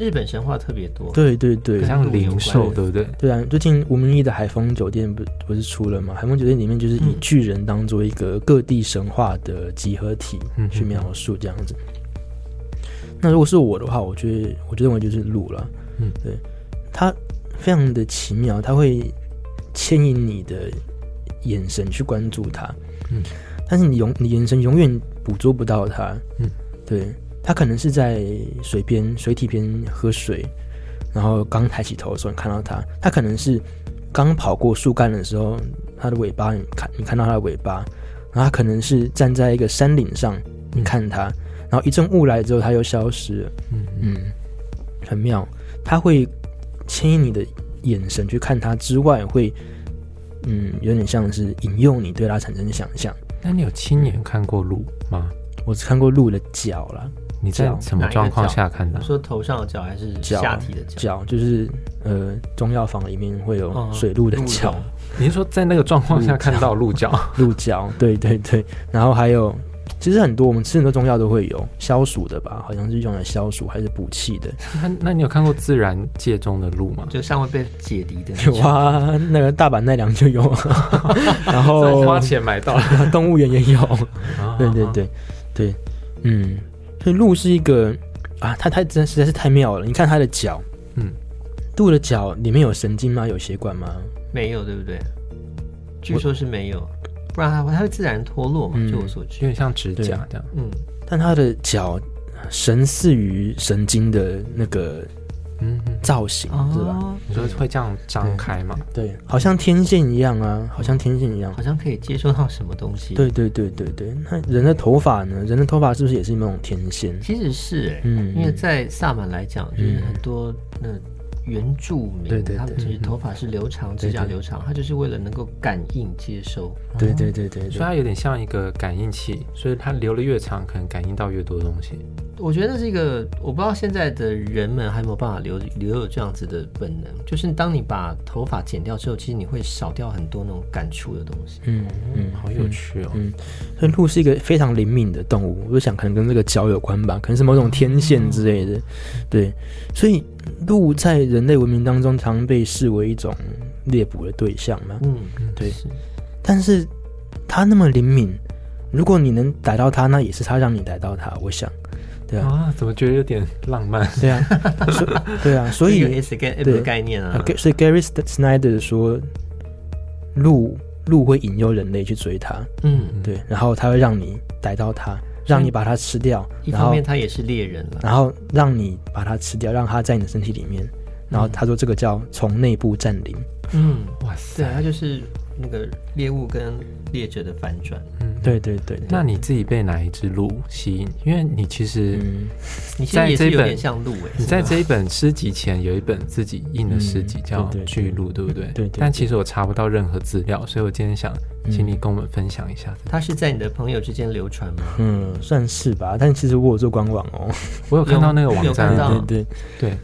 Speaker 2: 日本神话特别多，
Speaker 1: 对对对
Speaker 2: 跟。
Speaker 3: 像
Speaker 2: 鹿有
Speaker 3: 灵
Speaker 2: 关
Speaker 3: 兽，对不对？
Speaker 1: 对啊，最近吴明义的《海风酒店不》不是出了吗？《海风酒店》里面就是以
Speaker 2: 嗯
Speaker 1: 巨人当做一个各地神话的集合体，
Speaker 3: 嗯
Speaker 1: 去描述这样子。那如果是我的话，我觉得我就认为就是鹿了。
Speaker 3: 嗯，
Speaker 1: 对，它非常的奇妙，它会牵引你的眼神去关注它。
Speaker 3: 嗯，
Speaker 1: 但是你永你眼神永远捕捉不到它。
Speaker 3: 嗯，
Speaker 1: 对，它可能是在水边、水体边喝水，然后刚抬起头的时候你看到它，它可能是刚跑过树干的时候，它的尾巴你看你看到它的尾巴，然后它可能是站在一个山顶上，你看它，然后一阵雾来之后，它又消失了。
Speaker 3: 嗯嗯
Speaker 1: 嗯，很妙，它会牵引你的眼神去看它之外，会嗯有点像是引诱你对它产生想象。
Speaker 3: 那你有亲眼看过鹿吗？
Speaker 1: 我只看过鹿的脚啦，
Speaker 3: 你在
Speaker 1: 脚
Speaker 3: 什么状况下看到
Speaker 2: 你？说头上的角还是
Speaker 1: 脚
Speaker 2: 下体的角？
Speaker 1: 脚就是呃中药房里面会有
Speaker 2: 嗯
Speaker 1: 水哦鹿的
Speaker 2: 鹿
Speaker 1: 脚
Speaker 2: 角，
Speaker 3: 你是说在那个状况下看到鹿角？
Speaker 1: 鹿角，对对对，然后还有。其实很多我们吃很多中药都会有消暑的吧，好像是用来消暑还是补气的。
Speaker 3: 那 那你有看过自然界中的鹿吗？
Speaker 2: 就尚未被解离的那
Speaker 1: 有
Speaker 2: 种，
Speaker 1: 啊，那个大阪奈良就有， 然后
Speaker 3: 花钱买到了。
Speaker 1: 动物园也有。
Speaker 3: 啊
Speaker 1: 对对，对对，嗯，所以鹿是一个啊，他太真实在是太妙了。你看他的脚，
Speaker 3: 嗯，
Speaker 1: 杜的脚里面有神经吗？有血管吗？
Speaker 2: 没有，对不对？据说是没有，不然它它会自然脱落嘛。
Speaker 1: 嗯
Speaker 2: 就我所
Speaker 3: 有
Speaker 2: 知，
Speaker 3: 点像指甲这样。
Speaker 2: 嗯，
Speaker 1: 但他的脚神似于神经的那个
Speaker 3: 嗯，嗯
Speaker 1: 造型，是吧？
Speaker 2: 哦，
Speaker 3: 你说会这样张开吗？
Speaker 1: 对，好像天线一样啊，好像天线一样
Speaker 2: 好。像可以接收到什么东西。，
Speaker 1: 对对对对对，那人的头发呢？人的头发是不是也是某种天线？
Speaker 2: 其实是哎、
Speaker 1: 嗯
Speaker 2: 因为在萨满来讲，就是
Speaker 1: 嗯
Speaker 2: 很多那原住民，
Speaker 1: 对对对
Speaker 2: 他们其实头发是留长，指甲
Speaker 1: 对对
Speaker 2: 留长，他就是为了能够感应接收。
Speaker 1: 对对对对
Speaker 3: 所以
Speaker 1: 对，
Speaker 3: 它有点像一个感应器，所以它留的越长，可能感应到越多东西。
Speaker 2: 我觉得那是一个，我不知道现在的人们还有没有办法留留有这样子的本能，就是当你把头发剪掉之后，其实你会少掉很多那种感触的东西。
Speaker 1: 嗯嗯，
Speaker 3: 好有趣哦！
Speaker 1: 嗯，所以鹿是一个非常灵敏的动物，我就想可能跟这个脚有关吧，可能是某种天线之类
Speaker 2: 哦
Speaker 1: 的。对，所以鹿在人类文明当中常被视为一种猎捕的对象嘛。
Speaker 2: 嗯，
Speaker 1: 对
Speaker 2: 是
Speaker 1: 但是它那么灵敏，如果你能逮到它，那也是它让你逮到它。我想，对
Speaker 2: 哦
Speaker 1: 啊，
Speaker 3: 啊，怎么觉得有点浪漫？
Speaker 1: 对啊，所 对啊，所
Speaker 2: 所以有
Speaker 1: 以
Speaker 2: S 跟 M
Speaker 1: 对
Speaker 2: 的概念
Speaker 1: 呃
Speaker 2: 啊，
Speaker 1: ，Ga- 所以 Gary Snyder 说，鹿鹿会引诱人类去追它，
Speaker 2: 嗯，
Speaker 1: 对，然后它会让你逮到它，让你把它吃掉，
Speaker 2: 一
Speaker 1: 然
Speaker 2: 方
Speaker 1: 后
Speaker 2: 面他也是猎人了，
Speaker 1: 然后让你把它吃掉，让它在你的身体里面。然后他说这个叫从内部占领，
Speaker 2: 嗯，
Speaker 3: 哇
Speaker 2: 对啊，
Speaker 3: 塞！
Speaker 2: 他就是那个猎物跟猎者的反转。
Speaker 3: 嗯，
Speaker 1: 对对对，对
Speaker 3: 那你自己被哪一只鹿吸引？因为你其实、
Speaker 1: 嗯，
Speaker 2: 你其实也是
Speaker 3: 在这
Speaker 2: 有
Speaker 3: 本
Speaker 2: 点像鹿哎、是
Speaker 3: 你
Speaker 2: 吧
Speaker 3: 在这一本诗集前有一本自己印的诗集
Speaker 1: 嗯
Speaker 3: 叫
Speaker 1: 对对
Speaker 3: 《巨鹿》，对不对？
Speaker 1: 对嗯对
Speaker 3: 但其实我查不到任何资料，所以我今天想请你跟我们分享一下。
Speaker 2: 它是在你的朋友之间流传吗？
Speaker 1: 嗯，算是吧。但其实我有做官网哦，
Speaker 3: 我有看到那个网
Speaker 2: 有
Speaker 3: 站
Speaker 2: 看
Speaker 3: 啊，
Speaker 2: 到
Speaker 1: 嗯对对
Speaker 3: 对，
Speaker 1: 对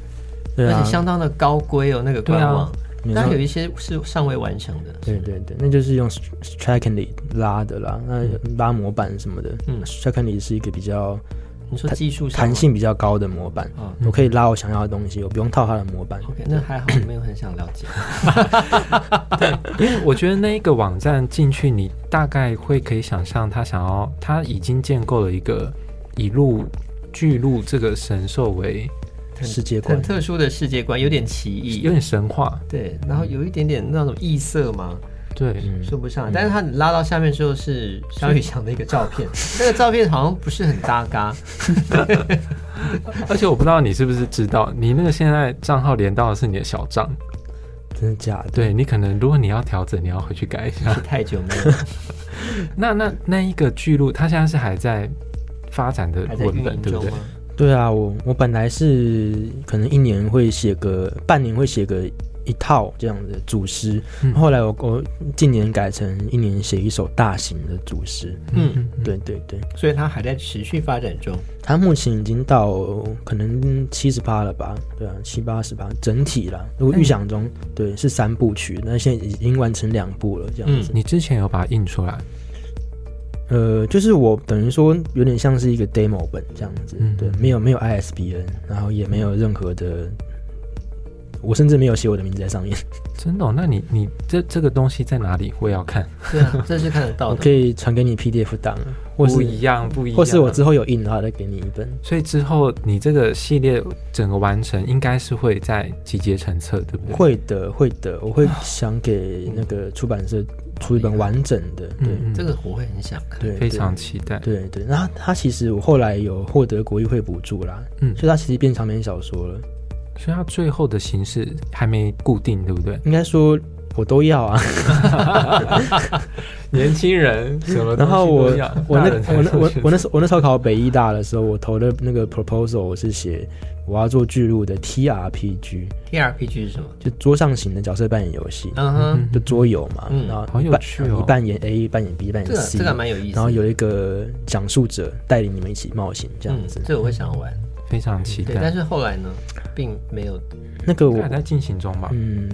Speaker 1: 对
Speaker 2: 而
Speaker 1: 啊
Speaker 2: 且，相当的高规哦，那个官网，
Speaker 1: 没
Speaker 2: 但
Speaker 1: 错
Speaker 2: 有一些是尚未完成的。
Speaker 1: 对对对，那就是用 Strikingly 拉的啦，那拉模板什么的。
Speaker 2: 嗯
Speaker 1: Strikingly 是一个比较
Speaker 2: 你说
Speaker 1: 弹
Speaker 2: 技术上吗
Speaker 1: 弹性比较高的模板，
Speaker 2: 啊
Speaker 1: 我可以拉我想要的东西，我不用套它的模板。
Speaker 2: ，OK，那还好，我没有很想了解。
Speaker 3: 因为我觉得那一个网站进去，你大概会可以想象，他想要他已经建构了一个以鹿巨鹿这个神兽为
Speaker 1: 世界观
Speaker 2: 很，特嗯殊的世界观，有点奇
Speaker 3: 有
Speaker 2: 异。
Speaker 3: 点神话，
Speaker 2: 对，然后有一点点那种异色嘛，
Speaker 3: 对，
Speaker 1: 嗯
Speaker 2: 说不上。但是它拉到下面之后是肖宇翔的一个照 片，那个照片好像不是很搭嘎。
Speaker 3: 而且我不知道你是不是知道，你那个现在账号连到的是你的小账，
Speaker 1: 嗯真的假的？
Speaker 3: 对你可能如果你要调整，你要回去改一下
Speaker 2: 是。太久没有，
Speaker 3: 那那那一个巨鹿，它现在是还在发展的
Speaker 2: 还在
Speaker 3: 文
Speaker 2: 运
Speaker 3: 本，
Speaker 2: 营
Speaker 3: 对不
Speaker 2: 中
Speaker 3: 对
Speaker 2: 吗？？
Speaker 1: 对啊，我我本来是可能一年会写个，半年会写个一套这样的组诗，
Speaker 3: 嗯
Speaker 1: 后来我我近年改成一年写一首大型的组诗。
Speaker 2: 嗯，
Speaker 1: 对对对，
Speaker 2: 所以它还在持续发展中。
Speaker 1: 它目前已经到可能七十八了吧？对啊，七八十八整体啦。如果预想中，对是三部曲，那现在已经完成两部了，这
Speaker 2: 嗯
Speaker 1: 样子。
Speaker 3: 你之前有把它印出来，
Speaker 1: 呃，就是我等于说有点像是一个 demo 本这样子，
Speaker 3: 嗯
Speaker 1: 对，没有没有 ISBN，然后也没有任何的，我甚至没有写我的名字在上面。
Speaker 3: 真的哦、那你你这这个东西在哪里会要看？
Speaker 2: 对啊，这是看得
Speaker 3: 哦
Speaker 2: 到
Speaker 1: 我可
Speaker 2: 的。
Speaker 1: 以传给你 PDF 档，啊或
Speaker 3: 不
Speaker 1: 是
Speaker 3: 一样，啊不一样。
Speaker 1: 或是我之后有印的话再给你一本。
Speaker 3: 所以之后你这个系列整个完成，应该是会在集结成册，对啊不 对？
Speaker 1: 会的，会的，我会想给那个出版社出一本完整的，对
Speaker 3: 嗯，嗯
Speaker 2: 这个我会很想看。
Speaker 1: 对，
Speaker 3: 非常期待。
Speaker 1: 对对。然后它其实我后来有获得国议会补助啦，
Speaker 3: 嗯
Speaker 1: 所以它其实变长篇小说了。
Speaker 3: 所以它最后的形式还没固定，对 不对？
Speaker 1: 应该说我都要啊，
Speaker 3: 年轻人 什么
Speaker 1: 然后我我那
Speaker 3: 个
Speaker 1: 我那我我那时候我那时候考北医大的时候，我投的那个 proposal 我是写我要做巨鹿的 TRPG，
Speaker 2: TRPG 是什么？
Speaker 1: 就桌上型的角色扮演游戏，
Speaker 2: 嗯哼，
Speaker 1: 就桌游嘛。
Speaker 2: 嗯
Speaker 1: 然后
Speaker 3: 好有
Speaker 1: 扮
Speaker 3: 趣哦
Speaker 1: 你扮演 A，扮演 B，扮
Speaker 2: 这
Speaker 1: 演
Speaker 2: 个
Speaker 1: C，
Speaker 2: 这个蛮有意思。
Speaker 1: 然后有一个讲述者带领你们一起冒险这样子。
Speaker 2: 嗯，这我会想玩。
Speaker 3: 非常期
Speaker 2: 对，但
Speaker 3: 待。
Speaker 2: 是后来呢，并没有。
Speaker 1: 那个
Speaker 3: 应该
Speaker 1: 我
Speaker 3: 还在进行中吧？
Speaker 1: 嗯。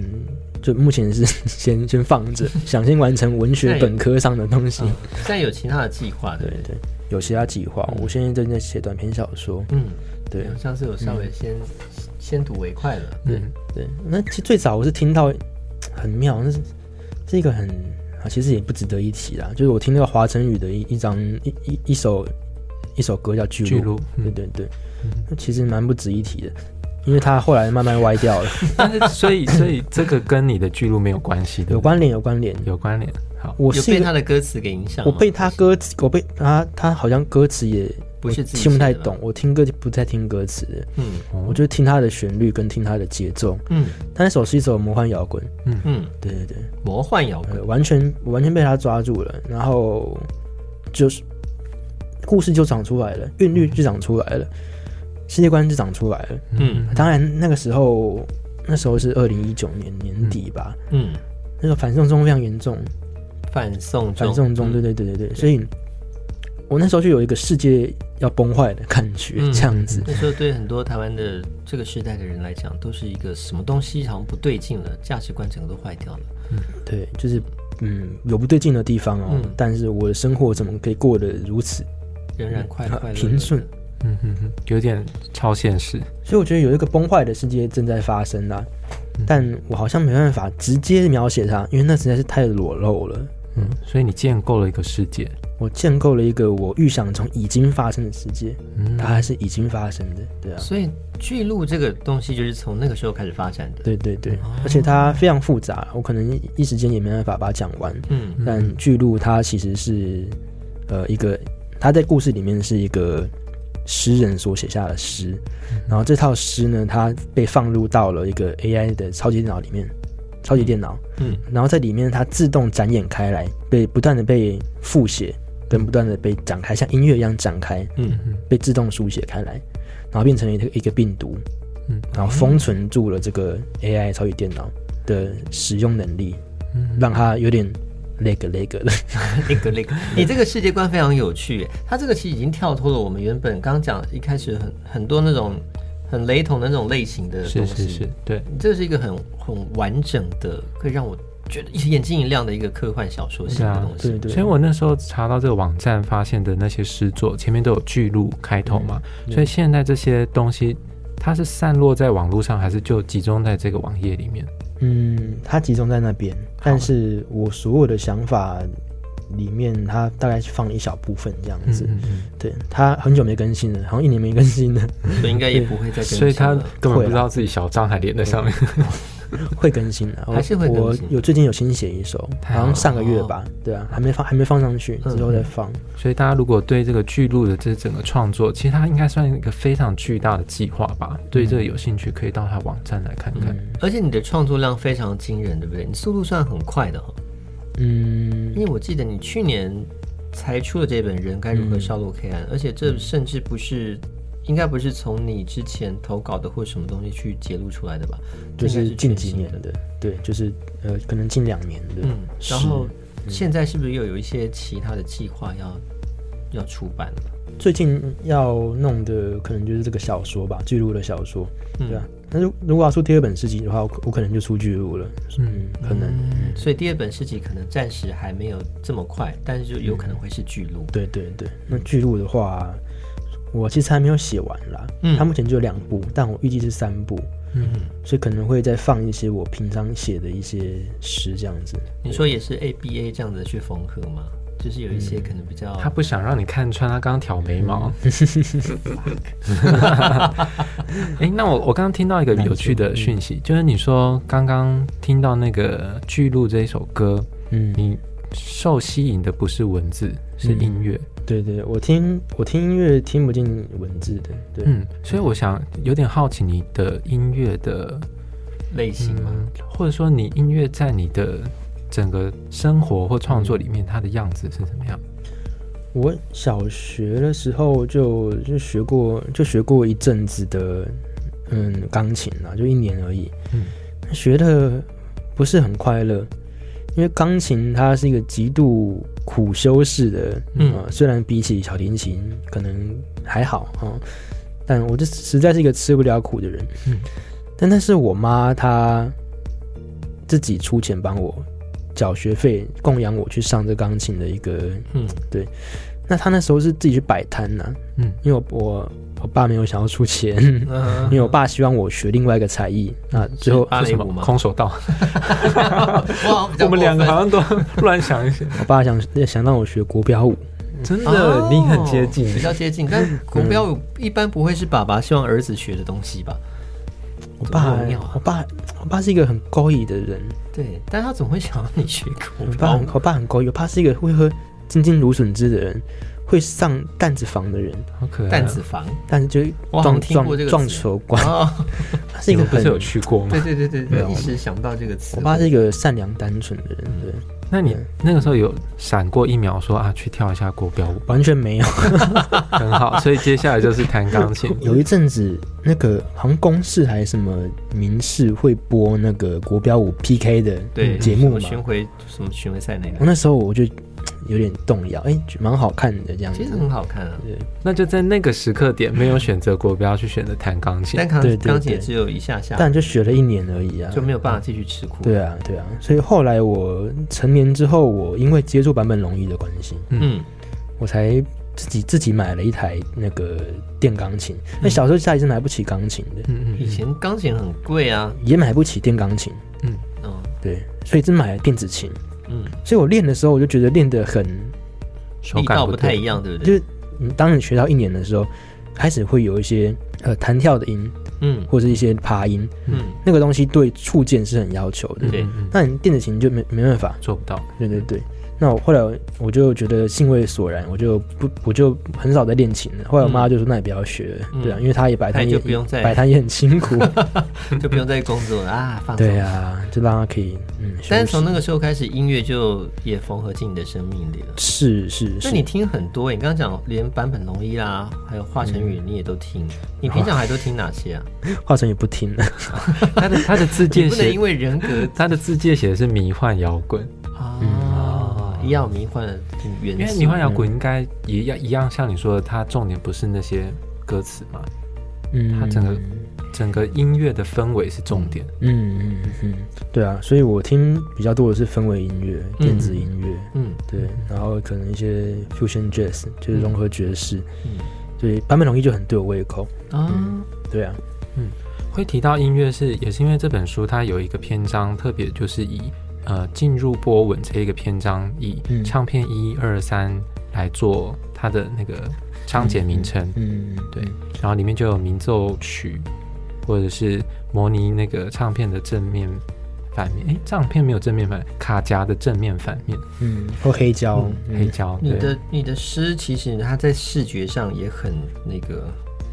Speaker 1: 就目前是 先先放着，想先完成文学本科上的东西。
Speaker 2: 现在有其他的计划
Speaker 1: 对
Speaker 2: 的。
Speaker 1: 对，有其他计划。我现在正在写短篇小说。
Speaker 2: 嗯，
Speaker 1: 对，嗯
Speaker 2: 上次有稍微先先睹为快了。
Speaker 1: 对
Speaker 3: 嗯
Speaker 1: 对，那其实最早我是听到很妙，那是是一个很啊，其实也不值得一提啦。就是我听那个华晨宇的一一张一一一首一首歌叫《巨
Speaker 3: 巨
Speaker 1: 鹿》，对
Speaker 3: 鹿，嗯，
Speaker 1: 对对
Speaker 3: 嗯，
Speaker 1: 那其实蛮不值一提的，因为它后来慢慢歪掉 了，
Speaker 3: 但是所以所以这个跟你的巨鹿没有关系，对
Speaker 1: 有
Speaker 3: 不对
Speaker 1: 关联有关联。
Speaker 3: 有关联。好，
Speaker 1: 我
Speaker 2: 有
Speaker 1: 是一
Speaker 2: 被
Speaker 1: 个
Speaker 2: 他的歌词给影响吗？
Speaker 1: 我被他歌词，我被他他好像歌词也
Speaker 2: 不是自己
Speaker 1: 听不太
Speaker 2: 写的吧
Speaker 1: 懂，，我听歌就不太听歌词的，
Speaker 2: 嗯
Speaker 1: 我就听他的旋律跟听他的节奏。
Speaker 2: 嗯
Speaker 1: 他那首是一首魔幻摇滚，
Speaker 2: 嗯，
Speaker 1: 对对对，
Speaker 2: 魔幻摇滚，
Speaker 1: 呃，完全我完全被他抓住了，然后就是故事就长出来了，韵律就长出来了，世界观就长出来了。
Speaker 2: 嗯
Speaker 1: 当然那个时候，那时候是二零一九年年底吧，
Speaker 2: 嗯，
Speaker 1: 那时候反送中非常严重，
Speaker 2: 反送中，
Speaker 1: 反送中，对
Speaker 2: 嗯
Speaker 1: 对对对对，所以我那时候就有一个世界要崩坏的感觉，
Speaker 2: 嗯
Speaker 1: 这样子。
Speaker 2: 那时候对很多台湾的这个时代的人来讲，都是一个什么东西好像不对劲了，价值观整个都坏掉了。
Speaker 1: 对，就是嗯，有不对劲的地方哦，
Speaker 2: 嗯
Speaker 1: 但是我的生活怎么可以过得如此？
Speaker 2: 仍然快
Speaker 1: 嗯
Speaker 2: 快乐乐的
Speaker 1: 平顺，
Speaker 3: 嗯嗯嗯，有点超现实。
Speaker 1: 所以我觉得有一个崩坏的世界正在发生啦、但我好像没办法直接描写它，因为那实在是太裸露了。
Speaker 3: 嗯，所以你建构了一个世界，
Speaker 1: 我建构了一个我预想中已经发生的世界，
Speaker 3: 嗯，
Speaker 1: 它还是已经发生的，对啊，
Speaker 2: 所以巨鹿这个东西就是从那个时候开始发展的。，
Speaker 1: 对对对，而且它非常复杂，我可能一时间也没办法把它讲完。
Speaker 2: 嗯
Speaker 1: 但巨鹿它其实是呃一个，它在故事里面是一个诗人所写下的诗，
Speaker 2: 嗯
Speaker 1: 然后这套诗呢，它被放入到了一个 AI 的超级电脑里面，超级电脑，
Speaker 2: 嗯，
Speaker 1: 然后在里面它自动展演开来，被不断的被复写，跟不断的被展开，像音乐一样展开，
Speaker 2: 嗯
Speaker 1: 被自动书写开来，然后变成了一个一个病毒，
Speaker 3: 嗯，
Speaker 1: 然后封存住了这个 AI 超级电脑的使用能力，
Speaker 3: 嗯
Speaker 1: 让它有点那个那个的。
Speaker 2: 那个那个，你这个世界观非常有趣耶，它这个其实已经跳脱了我们原本刚讲一开始很很多那种很雷同的那种类型的
Speaker 3: 是
Speaker 2: 嗯东西。
Speaker 3: 是是，对，
Speaker 2: 你这是一个很很完整的，可以让我觉得眼睛一亮的一个科幻小说型
Speaker 3: 对
Speaker 2: 的
Speaker 3: 啊
Speaker 2: 东西。
Speaker 1: 对对，
Speaker 3: 所以我那时候查到这个网站，发现的那些诗作前面都有巨鹿开头嘛，所以现在这些东西它是散落在网络上，还是就集中在这个网页里面？
Speaker 1: 嗯，它集中在那边，但是我所有的想法里面，它大概是放了一小部分这样子。
Speaker 3: 嗯嗯
Speaker 1: 对，它很久没更新了，好像一年没更新了，
Speaker 2: 所以应该也不会再更新
Speaker 3: 所以他
Speaker 2: 了
Speaker 3: 根本
Speaker 1: 会
Speaker 3: 不知
Speaker 1: 啦
Speaker 3: 道自己小账还连在上面。
Speaker 1: 会更新了，我
Speaker 2: 还是会更
Speaker 1: 我
Speaker 2: 新
Speaker 1: 有最近有新写一首，
Speaker 3: 太好
Speaker 1: 好像上个月吧，对啊，还没放，还没放上去，
Speaker 2: 嗯
Speaker 1: 之后再放。
Speaker 3: 所以大家如果对这个巨鹿的这整个创作，其实它应该算一个非常巨大的计划吧。对这个有兴趣，可以到他网站来看看。
Speaker 2: 而且你的创作量非常惊人，对不对？你速度算很快的哈、
Speaker 1: 嗯，
Speaker 2: 因为我记得你去年才出了这本《人该如
Speaker 3: 嗯
Speaker 2: 何杀戮黑暗》，而且这甚至不是，应该不是从你之前投稿的或什么东西去揭露出来的吧？
Speaker 1: 就
Speaker 2: 这应
Speaker 1: 是
Speaker 2: 该
Speaker 1: 近
Speaker 2: 全
Speaker 1: 几
Speaker 2: 新
Speaker 1: 年
Speaker 2: 的。
Speaker 1: 的，对，就是呃，可能近两年的。
Speaker 2: 嗯，
Speaker 1: 是
Speaker 2: 然后
Speaker 3: 嗯
Speaker 2: 现在是不是又有一些其他的计划要要出版了？
Speaker 1: 最近要弄的可能就是这个小说吧，巨鹿的小说，
Speaker 2: 嗯
Speaker 1: 对啊。那如如果要出第二本诗集的话，我我可能就出巨鹿了，嗯，可能，
Speaker 2: 所以第二本诗集可能暂时还没有这么快，但是就有可
Speaker 3: 嗯
Speaker 2: 能会是巨鹿。
Speaker 1: 对对对。那巨鹿的话，我其实还没有写完啦，
Speaker 2: 嗯
Speaker 1: 它目前只有两部，但我预计是三部，
Speaker 3: 嗯，
Speaker 1: 所以可能会再放一些我平常写的一些诗这样子。
Speaker 2: 你说也是 A B A 这样子去缝合吗？就是有一些可能比较，
Speaker 3: 嗯他不想让你看穿啊他刚刚挑眉毛。哎、那我我刚刚听到一个有趣的讯息，就是你说刚刚听到那个《巨鹿》这一首歌，
Speaker 1: 嗯，
Speaker 3: 你受吸引的不是文字，是音乐。
Speaker 1: 对对，我听我听音乐听不进文字的，对，
Speaker 3: 嗯，所以我想有点好奇你的音乐的
Speaker 2: 类型吗？
Speaker 3: 嗯，或者说你音乐在你的整个生活或创作里面，它的样子是怎么样？
Speaker 1: 我小学的时候就就学过，就学过一阵子的，嗯，钢琴啊，就一年而已。
Speaker 3: 嗯，
Speaker 1: 学的不是很快乐，因为钢琴它是一个极度苦修式的，
Speaker 3: 嗯
Speaker 1: 呃虽然比起小提琴可能还好啊、哦但我这实在是一个吃不了苦的人。
Speaker 3: 嗯，
Speaker 1: 但那是我妈她自己出钱帮我缴学费，供养我去上这钢琴的一个
Speaker 2: 嗯，
Speaker 1: 那他那时候是自己去摆摊呐，
Speaker 3: 嗯，
Speaker 1: 因为我我我爸没有想要出钱，因为我爸希望我学另外一个才艺，那最后
Speaker 2: 芭
Speaker 3: 嗯是
Speaker 2: 蕾
Speaker 3: 什
Speaker 2: 舞
Speaker 3: 么
Speaker 2: 吗？
Speaker 3: 空手道？
Speaker 2: 哇，比较
Speaker 3: 我们
Speaker 2: 过
Speaker 3: 两个
Speaker 2: 分
Speaker 3: 好像都乱想一些。
Speaker 1: 我爸想想让我学国标舞，
Speaker 3: 真
Speaker 2: 哦
Speaker 3: 的，你很接近，
Speaker 2: 比
Speaker 1: 哦
Speaker 2: 较接近。但国标舞一般不会是爸爸希望儿子学的东西吧？
Speaker 1: 我爸
Speaker 2: 怎么那么妙啊，
Speaker 1: 我爸，我爸是一个很勾引的人，
Speaker 2: 对，但他怎么会想要你学
Speaker 1: 我
Speaker 2: 国
Speaker 1: 爸
Speaker 2: 标舞
Speaker 1: 很，？我爸很勾引，我爸是一个会喝金金芦笋汁的人，会上担子房的人，
Speaker 3: 好可爱。啊
Speaker 2: 担子房
Speaker 1: 但是就
Speaker 2: 我好像
Speaker 1: 撞
Speaker 2: 听过
Speaker 1: 撞
Speaker 2: 这个
Speaker 1: 撞
Speaker 2: 词
Speaker 1: 球馆，
Speaker 2: 哦，
Speaker 1: 他是
Speaker 3: 你
Speaker 1: 一个
Speaker 3: 们不
Speaker 1: 很
Speaker 3: 是，有去过吗
Speaker 2: 对？对对对
Speaker 1: 没有
Speaker 2: 对，一时想不到这个词。
Speaker 1: 我爸是一个善良单纯的人，对，
Speaker 3: 那你那个时候有闪过一秒说啊，去跳一下国标舞，
Speaker 1: 完全没有。
Speaker 3: 很好。所以接下来就是弹钢琴
Speaker 1: 。有一阵子，那个好像公视还是什么民视会播那个国标舞 PK 的
Speaker 2: 对
Speaker 1: 节目
Speaker 2: 什
Speaker 1: 嘛，
Speaker 2: 么巡回什么巡回赛那
Speaker 1: 我
Speaker 2: 个，
Speaker 1: 那时候我就嘖有点动摇，哎、觉得蛮好看的这样子
Speaker 2: 其实。很好看啊。
Speaker 1: 对，
Speaker 3: 那就在那个时刻点，没有选择国标，去选择弹钢琴
Speaker 2: 但。钢
Speaker 1: 对对对
Speaker 2: 钢琴也只有一下下，
Speaker 1: 但就学了一年而已啊，
Speaker 2: 就没有办法继续吃苦。
Speaker 1: 对啊，对啊，所以后来我成年之后，我因为接触版本龙一的关系，
Speaker 2: 嗯，
Speaker 1: 我才自己自己买了一台那个电钢琴。
Speaker 2: 嗯
Speaker 1: 那小时候家里是买不起钢琴的，
Speaker 3: 嗯
Speaker 2: 以
Speaker 3: 嗯
Speaker 2: 前钢琴很贵啊，
Speaker 1: 也买不起电钢琴，
Speaker 3: 嗯
Speaker 2: 嗯
Speaker 1: 对，所以只买了电子琴。
Speaker 2: 嗯，
Speaker 1: 所以我练的时候，我就觉得练得很，
Speaker 3: 手
Speaker 2: 力
Speaker 3: 感
Speaker 2: 道
Speaker 3: 不
Speaker 2: 不
Speaker 3: 对
Speaker 2: 太一样，对
Speaker 1: 就
Speaker 2: 不对？
Speaker 1: 是嗯当你学到一年的时候，开始会有一些呃弹跳的音
Speaker 2: 嗯
Speaker 1: 或者一些爬音，
Speaker 2: 嗯，
Speaker 1: 那个东西对触键是很要求的。
Speaker 2: 对
Speaker 3: 嗯嗯
Speaker 1: 那你电子琴就没没办法，
Speaker 3: 做不到。
Speaker 1: 对对对。那我后来我就觉得兴味索然，我就不我就很少在练琴了。后来我妈就说：“那你不要学了，
Speaker 2: 嗯
Speaker 1: 对啊，因为她也摆摊
Speaker 2: 那
Speaker 1: 也
Speaker 2: 就不用再
Speaker 1: 摆摊也很辛 苦。
Speaker 2: 就不用再工作了啊，放松。
Speaker 1: 对啊，就让她可以嗯。休息”
Speaker 2: 但是从那个时候开始，音乐就也缝合进你的生命里了。
Speaker 1: 是是
Speaker 2: 那
Speaker 1: 是，
Speaker 2: 你听很多、欸，你刚刚讲连坂本龙一啦，还有华晨宇，你也都听。你平常还都听哪些啊？
Speaker 1: 华晨也不听了，
Speaker 3: 他的他的字
Speaker 2: 你
Speaker 3: 界
Speaker 2: 不能
Speaker 3: 写
Speaker 2: 因为人格
Speaker 3: 他的字界写的是迷幻摇滚，
Speaker 2: 啊，一样有迷幻的元素。
Speaker 3: 因为迷幻摇滚应该也要一样，像你说的，它重点不是那些歌词嘛，
Speaker 1: 嗯，
Speaker 3: 他整个整个音乐的氛围是重点。
Speaker 1: 嗯嗯嗯嗯，对啊，所以我听比较多的是氛围音乐、电子音乐，
Speaker 2: 嗯
Speaker 1: 对，然后可能一些 fusion jazz，就是融合爵士，
Speaker 2: 嗯
Speaker 1: 对，版本龙一就很对我胃口，
Speaker 2: 啊，
Speaker 1: 对啊，
Speaker 3: 会提到音乐是也是因为这本书它有一个篇章特别就是以呃进入波纹这一个篇章以
Speaker 1: 嗯
Speaker 3: 唱片一二三来做它的那个章节名称，
Speaker 1: 嗯，
Speaker 3: 对，然后里面就有民奏曲，或者是模拟那个唱片的正面、反面。诶，哎唱片没有正面反，卡夹的正面、反面，
Speaker 1: 嗯，或黑胶，嗯
Speaker 3: 黑胶。
Speaker 2: 你
Speaker 3: 对，
Speaker 2: 的你的诗其实它在视觉上也很那个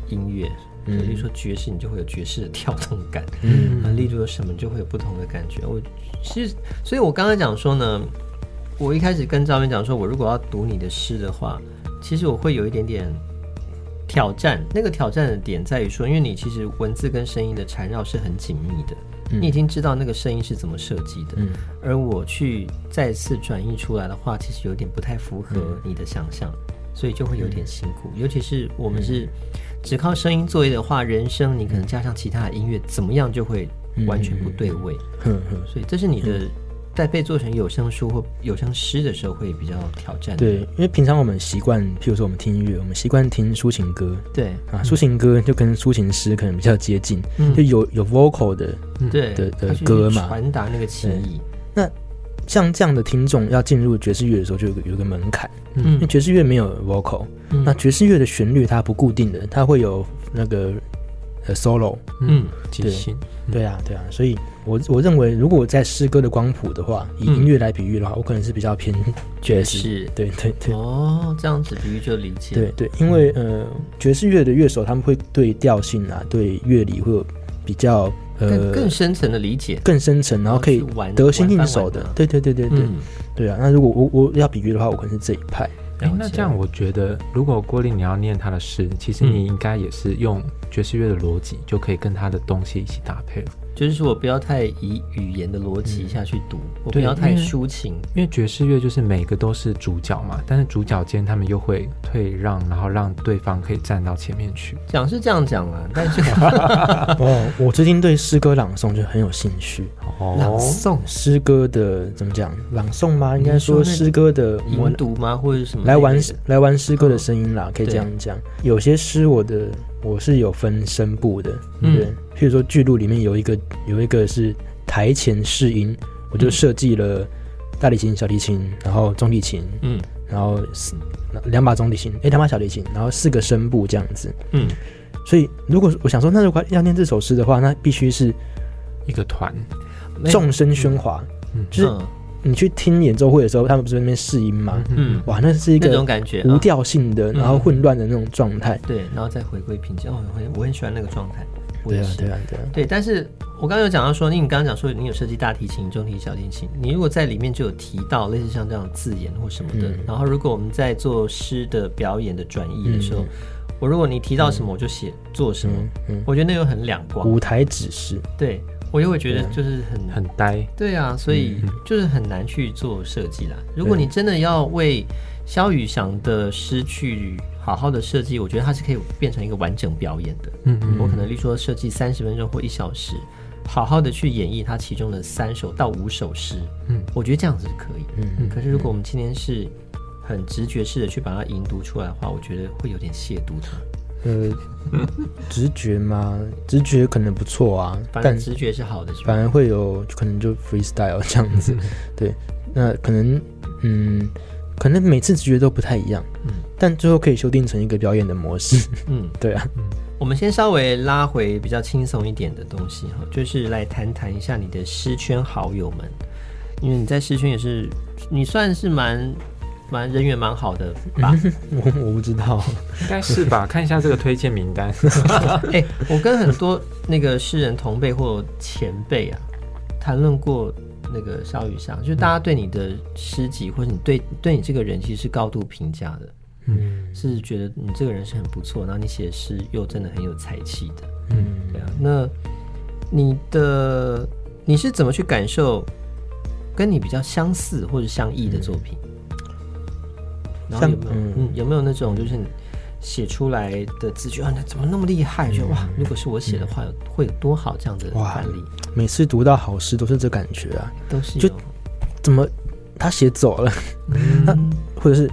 Speaker 2: 音乐，
Speaker 1: 嗯
Speaker 2: 比如说爵士，你就会有爵士的跳动感。
Speaker 1: 嗯
Speaker 2: 嗯，力度有什么就会有不同的感觉。我其实，所以我刚才讲说呢，我一开始跟赵明讲说，我如果要读你的诗的话，其实我会有一点点挑战。那个挑战的点在于说，因为你其实文字跟声音的缠绕是很紧密的，你已经知道那个声音是怎么设计的，
Speaker 1: 嗯
Speaker 2: 而我去再次转译出来的话，其实有点不太符
Speaker 1: 嗯
Speaker 2: 合你的想象，所以就会有点辛苦。尤其是我们是
Speaker 1: 嗯
Speaker 2: 只靠声音作业的话，人声你可能加上其他的音乐，怎么样就会
Speaker 1: 嗯
Speaker 2: 完全不对位。
Speaker 1: 哼哼，
Speaker 2: 所以这是你
Speaker 1: 嗯
Speaker 2: 的在被做成有声书或有声诗的时候会比较挑战的。
Speaker 1: 对，因为平常我们习惯，譬如说我们听音乐，我们习惯听抒情歌
Speaker 2: 对
Speaker 1: 啊，抒情歌就跟抒情诗可能比较接近，
Speaker 2: 嗯
Speaker 1: 就有有 vocal 的，
Speaker 2: 对
Speaker 1: 的的
Speaker 2: 它去
Speaker 1: 歌嘛
Speaker 2: 传达那个情意。
Speaker 1: 像这样的听众要进入爵士乐的时候，就有个有一个门槛。因为
Speaker 2: 嗯
Speaker 1: 爵士乐没有 vocal，、
Speaker 2: 嗯
Speaker 1: 那爵士乐的旋律它不固定的，它会有那个呃 solo。
Speaker 2: 嗯，
Speaker 3: 嗯即
Speaker 1: 对
Speaker 3: 兴。
Speaker 1: 对啊，对啊，所以我我认为，如果我在诗歌的光谱的话，以
Speaker 2: 嗯
Speaker 1: 音乐来比喻的话，我可能是比较偏爵士。
Speaker 2: 是
Speaker 1: 对对对、
Speaker 2: 哦，这样子比喻就理解了。
Speaker 1: 对对，因为呃，爵士乐的乐手他们会对调性啊，对乐理会有比较
Speaker 2: 更更
Speaker 1: 呃
Speaker 2: 深层的理解，
Speaker 1: 更深层，然后可以
Speaker 2: 去玩
Speaker 1: 得心应手
Speaker 2: 玩
Speaker 1: 的
Speaker 2: 翻。玩
Speaker 1: 对对对对对、
Speaker 2: 嗯
Speaker 1: 对啊！那如果我我要比喻的话，我可能是这一派。
Speaker 3: 诶
Speaker 2: 了解
Speaker 3: 哎那这样我觉得，如果郭丽你要念他的诗，其实你应该也是用爵士乐的逻辑，就可以跟他的东西一起搭配了。
Speaker 2: 就是说我不要太以语言的逻辑下去读，我不要太抒情。
Speaker 3: 因为爵士乐就是每个都是主角嘛，但是主角间他们又会退让，然后让对方可以站到前面去。
Speaker 2: 讲是这样讲啦，但是
Speaker 1: 哦，我最近对诗歌朗诵就很有兴趣。
Speaker 3: 哦
Speaker 2: 朗诵、
Speaker 1: 诗歌的怎么讲朗诵吗？应该
Speaker 2: 你
Speaker 1: 说
Speaker 2: 说那
Speaker 1: 诗歌的我
Speaker 2: 吟
Speaker 1: 们
Speaker 2: 读吗，或者什
Speaker 1: 嗯
Speaker 2: 么
Speaker 1: 来玩
Speaker 2: 之类的
Speaker 1: 来玩诗歌的声音啦，可以这
Speaker 2: 哦对
Speaker 1: 样讲。有些诗我的我是有分声部的，
Speaker 2: 嗯
Speaker 1: 对，譬如说巨鹿里面有一个有一个是台前试音，
Speaker 2: 嗯
Speaker 1: 我就设计了大提琴、小提琴，然后中提琴，
Speaker 2: 嗯
Speaker 1: 然后两把中提琴，诶，两把小提琴，然后四个声部这样子。
Speaker 3: 嗯，
Speaker 1: 所以如果我想说，那如果要念这首诗的话，那必须是
Speaker 3: 一个团，
Speaker 2: 没有
Speaker 1: 众声喧哗。
Speaker 3: 嗯，
Speaker 1: 就是
Speaker 2: 嗯
Speaker 1: 你去听演奏会的时候，他们不是在那边试音吗？
Speaker 2: 嗯，
Speaker 1: 哇，那是一
Speaker 2: 那种
Speaker 1: 个
Speaker 2: 感觉，
Speaker 1: 无
Speaker 2: 嗯
Speaker 1: 调性的，然后混乱的那种状态。
Speaker 2: 对，然后再回归平静。哦，我很我很喜欢那个状态，我
Speaker 1: 对
Speaker 2: 也
Speaker 1: 啊，
Speaker 2: 是。
Speaker 1: 对啊，对啊。
Speaker 2: 对，但是我刚刚有讲到说，因为你刚刚讲说你有设计大提琴、中提琴、小提琴，你如果在里面就有提到类似像这样的字眼或什么的，
Speaker 1: 嗯
Speaker 2: 然后如果我们在做诗的表演的转译的时候，
Speaker 1: 嗯
Speaker 2: 我如果你提到什么我就写做什么，
Speaker 1: 嗯嗯，
Speaker 2: 我觉得那个很两光，
Speaker 1: 舞台指示，
Speaker 2: 对我又会觉得
Speaker 1: 啊
Speaker 2: 就是很
Speaker 3: 很呆，
Speaker 2: 对啊，所以就是很难去做设计啦。如果你真的要为萧雨翔的诗去好好的设计，我觉得它是可以变成一个完整表演的。
Speaker 3: 嗯嗯
Speaker 2: 我可能例如说设计三十分钟或一小时，好好的去演绎它其中的三首到五首诗，
Speaker 3: 嗯，
Speaker 2: 我觉得这样子是可以。
Speaker 1: 嗯，
Speaker 2: 可是如果我们今天是很直觉式的去把它引读出来的话，我觉得会有点亵渎它。
Speaker 1: 呃，直觉嘛，直觉可能不错啊，
Speaker 2: 反
Speaker 1: 但
Speaker 2: 正直觉是好的，是吧？
Speaker 1: 反而会有可能就 freestyle 这样 子，对，那可能嗯，可能每次直觉都不太一样，
Speaker 2: 嗯
Speaker 1: 但最后可以修订成一个表演的模式，
Speaker 2: 嗯，
Speaker 1: 对啊，
Speaker 2: 我们先稍微拉回比较轻松一点的东西哈，就是来谈谈一下你的诗圈好友们，因为你在诗圈也是，你算是蛮蛮人缘蛮好的吧？
Speaker 1: 我我不知 道，
Speaker 3: 应该是 吧？看一下这个推荐名单，
Speaker 2: 哎、我跟很多那个诗人同辈或前辈啊谈论过那个邵雨翔，就是大家对你的诗集或者你对对你这个人其实是高度评价的，
Speaker 1: 嗯
Speaker 2: 是觉得你这个人是很不错，然后你写诗又真的很有才气的。
Speaker 1: 嗯
Speaker 2: 对啊，那你的你是怎么去感受跟你比较相似或者相异的作品？然后有没有
Speaker 1: 像
Speaker 2: 嗯
Speaker 1: 嗯
Speaker 2: 有没有那种就是你写出来的字句啊，那怎么那么厉害？
Speaker 1: 嗯
Speaker 2: 就哇，如果是我写的话，会有多好这样子的
Speaker 1: 哇
Speaker 2: 范例
Speaker 1: 每次读到好诗都是这感觉啊，
Speaker 2: 都是
Speaker 1: 就
Speaker 2: 有
Speaker 1: 怎么他写走了，
Speaker 2: 嗯
Speaker 1: 或者是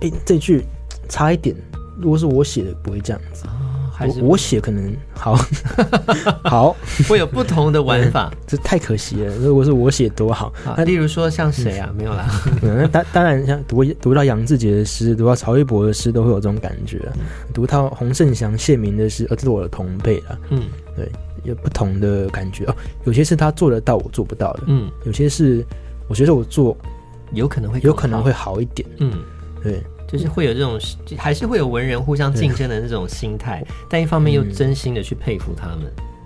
Speaker 1: 哎、这句差一点，如果是我写的不会这样子，
Speaker 2: 啊，还是
Speaker 1: 我我写可能 好好，
Speaker 2: 会有不同的 玩法
Speaker 1: 这太可惜了，如果是我写多好。
Speaker 2: 啊，例如说像谁啊？没有啦，
Speaker 1: 嗯那当当然，像读读到杨志杰的诗，读到曹一博的诗，都会有这种感觉、啊
Speaker 2: 嗯
Speaker 1: 读到洪胜祥、谢明的诗，呃，这是我的同辈啊，
Speaker 2: 嗯
Speaker 1: 有不同的感觉哦。有些是他做得到，我做不到的；
Speaker 2: 嗯，
Speaker 1: 有些是我觉得我做
Speaker 2: 有可能会
Speaker 1: 有
Speaker 2: 更
Speaker 1: 可能
Speaker 2: 好
Speaker 1: 会好一点。
Speaker 2: 嗯。
Speaker 1: 对，
Speaker 2: 就是会有这种，还是会有文人互相竞争的那种心态，但一方
Speaker 1: 嗯
Speaker 2: 面又真心的去佩服他们。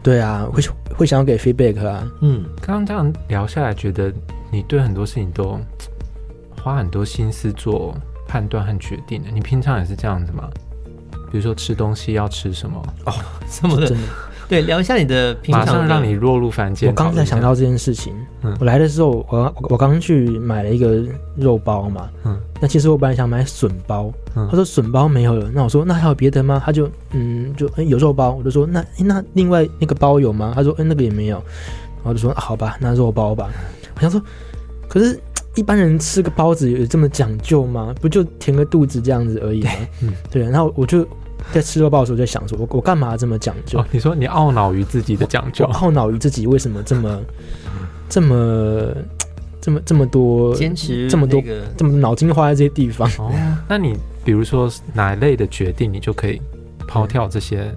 Speaker 1: 对啊，会会想要给 feedback 啊，
Speaker 2: 嗯，
Speaker 3: 刚刚这样聊下来，觉得你对很多事情都花很多心思做判断和决定的。你平常也是这样子吗？比如说吃东西要吃什么，
Speaker 2: 什么
Speaker 1: 真
Speaker 2: 的，
Speaker 1: 的。
Speaker 2: 对，聊一下你的平
Speaker 3: 马
Speaker 2: 常的
Speaker 3: 上让你落入凡间。
Speaker 1: 我刚才想到这件事情
Speaker 3: 嗯，
Speaker 1: 我来的时候，我刚我刚去买了一个肉包嘛，
Speaker 3: 嗯
Speaker 1: 那其实我本来想买笋包，
Speaker 3: 嗯
Speaker 1: 他说笋包没有了，那我说那还有别的吗？他就嗯就、诶有肉包，我就说那、诶那另外那个包有吗？他说嗯、那个也没有，然后就说、啊好吧，那肉包吧。我想说，可是一般人吃个包子有这么讲究吗？不就填个肚子这样子而已吗？
Speaker 3: 嗯
Speaker 1: 对，然后我就在吃肉包的时候就在想说，我我干嘛这么讲究？
Speaker 3: 哦，你说你懊恼于自己的讲 究
Speaker 1: 我，懊恼于自己为什么这么、
Speaker 3: 嗯
Speaker 1: 这么、这么、这么多、
Speaker 2: 坚持
Speaker 1: 这么多
Speaker 2: 那个
Speaker 1: 这么多脑筋花在这些地方。
Speaker 3: 哦，那你比如说哪一类的决定，你就可以抛掉这些，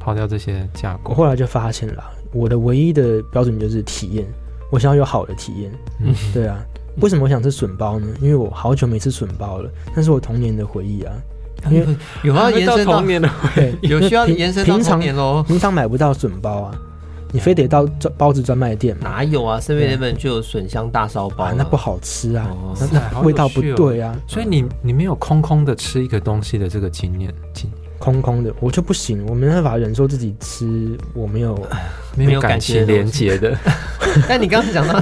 Speaker 3: 抛掉这些架
Speaker 1: 我
Speaker 3: 构。
Speaker 1: 后来就发现了，我的唯一的标准就是体验，我想要有好的体验。
Speaker 3: 嗯
Speaker 1: 对啊，为什么我想吃笋包呢？因为我好久没吃笋包了，那是我童年的回忆 啊。因为
Speaker 2: 有要延伸
Speaker 3: 到
Speaker 2: 到
Speaker 3: 童年的，
Speaker 1: 对，
Speaker 2: 有需要
Speaker 1: 因为平
Speaker 2: 延伸到
Speaker 1: 平
Speaker 2: 童
Speaker 1: 常
Speaker 2: 年喽？
Speaker 1: 平常买不到笋包啊，
Speaker 3: 哦
Speaker 1: 你非得到专包子专卖店买。
Speaker 2: 哪有啊？Seven Eleven 就有笋香大烧包
Speaker 1: 啊
Speaker 2: 了，
Speaker 1: 那不好吃啊，
Speaker 2: 哦
Speaker 1: 那
Speaker 3: 好
Speaker 1: 那
Speaker 3: 有
Speaker 1: 味道不
Speaker 3: 趣哦
Speaker 1: 对啊，
Speaker 3: 所以你你没有空空的吃一个东西的这个经验，经
Speaker 1: 空空的，我就不行，我没办法忍受自己吃我没有
Speaker 2: 没
Speaker 3: 没有
Speaker 2: 有
Speaker 3: 感
Speaker 2: 感觉
Speaker 3: 情
Speaker 2: 的
Speaker 3: 连
Speaker 2: 东
Speaker 3: 接的。
Speaker 1: 啊
Speaker 2: 但你刚刚讲到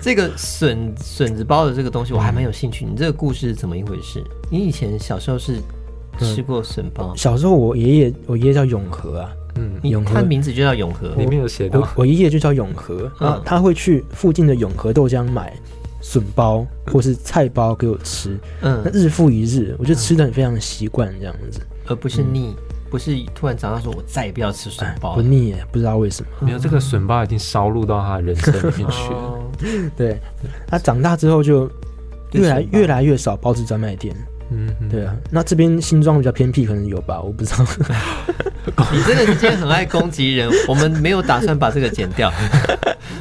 Speaker 2: 这个笋笋子包的这个东西，我还蛮有兴趣。你这个故事是怎么一回事？你以前小时候是
Speaker 1: 嗯
Speaker 2: 吃过笋包？
Speaker 1: 小时候我爷爷，我爷爷叫永和啊，
Speaker 3: 嗯，
Speaker 2: 你
Speaker 1: 永和
Speaker 2: 它名字就叫永和，
Speaker 3: 里面有写到
Speaker 1: 我，我爷爷就叫永和，
Speaker 2: 嗯
Speaker 1: 然后他会去附近的永和豆浆买笋包或是菜包给我吃，那
Speaker 2: 嗯，
Speaker 1: 日复一日，我就吃的非常习惯这样子，
Speaker 2: 而不是腻，不是突然长大说我再也不要吃
Speaker 1: 嗯
Speaker 2: 笋
Speaker 1: 哎，
Speaker 2: 包
Speaker 1: 不
Speaker 2: 了。
Speaker 1: 腻耶，不知道为什么。
Speaker 3: 没有这个笋包已经烧入到他的人生里面去了。
Speaker 2: 哦
Speaker 1: 对，他长大之后就
Speaker 2: 就
Speaker 1: 越来
Speaker 2: 笋包
Speaker 1: 越来越少包子专卖店，
Speaker 3: 嗯哼，
Speaker 1: 对啊，那这边新庄比较偏僻，可能有吧，我不知道。
Speaker 2: 你真的是今天很爱攻击人，我们没有打算把这个剪掉，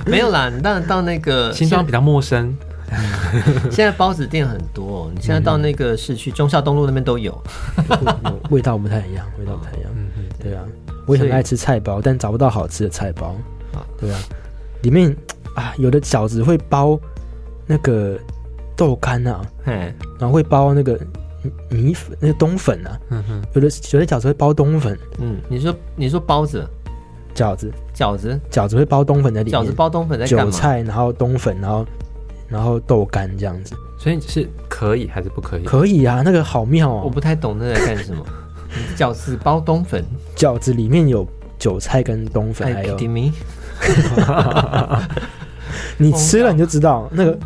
Speaker 2: 没有啦。你到到那 个
Speaker 3: 新庄比较陌生，
Speaker 2: 现在包子店很多、哦你现在
Speaker 1: 嗯
Speaker 2: 到那个市区中孝东路那边都有。
Speaker 1: 味道不太一样，味道不太一样。
Speaker 3: 嗯哼，
Speaker 1: 对啊，我也很爱吃菜包，但找不到好吃的菜包
Speaker 2: 好。
Speaker 1: 对啊，里面啊，有的饺子会包那个豆干啊，
Speaker 2: 嘿，
Speaker 1: 然后会包那个米米粉，那个冬粉啊，
Speaker 3: 嗯哼，
Speaker 1: 有的有的饺子会包冬粉，
Speaker 2: 嗯，你说你说包子、
Speaker 1: 饺子
Speaker 2: 饺子、
Speaker 1: 饺子会包冬粉在里面，
Speaker 2: 饺子包冬粉在干
Speaker 1: 韭
Speaker 2: 嘛？
Speaker 1: 菜，然后冬粉，然后然后豆干这样子，
Speaker 3: 所以是可以还是不可以？
Speaker 1: 可以啊，那个好妙
Speaker 2: 我
Speaker 1: 哦，
Speaker 2: 不太懂那在干 什么。饺子包冬粉，
Speaker 1: 饺子里面有韭菜跟冬粉，
Speaker 2: 哎
Speaker 1: 还有
Speaker 2: k i me？
Speaker 1: 你吃了你就知道那个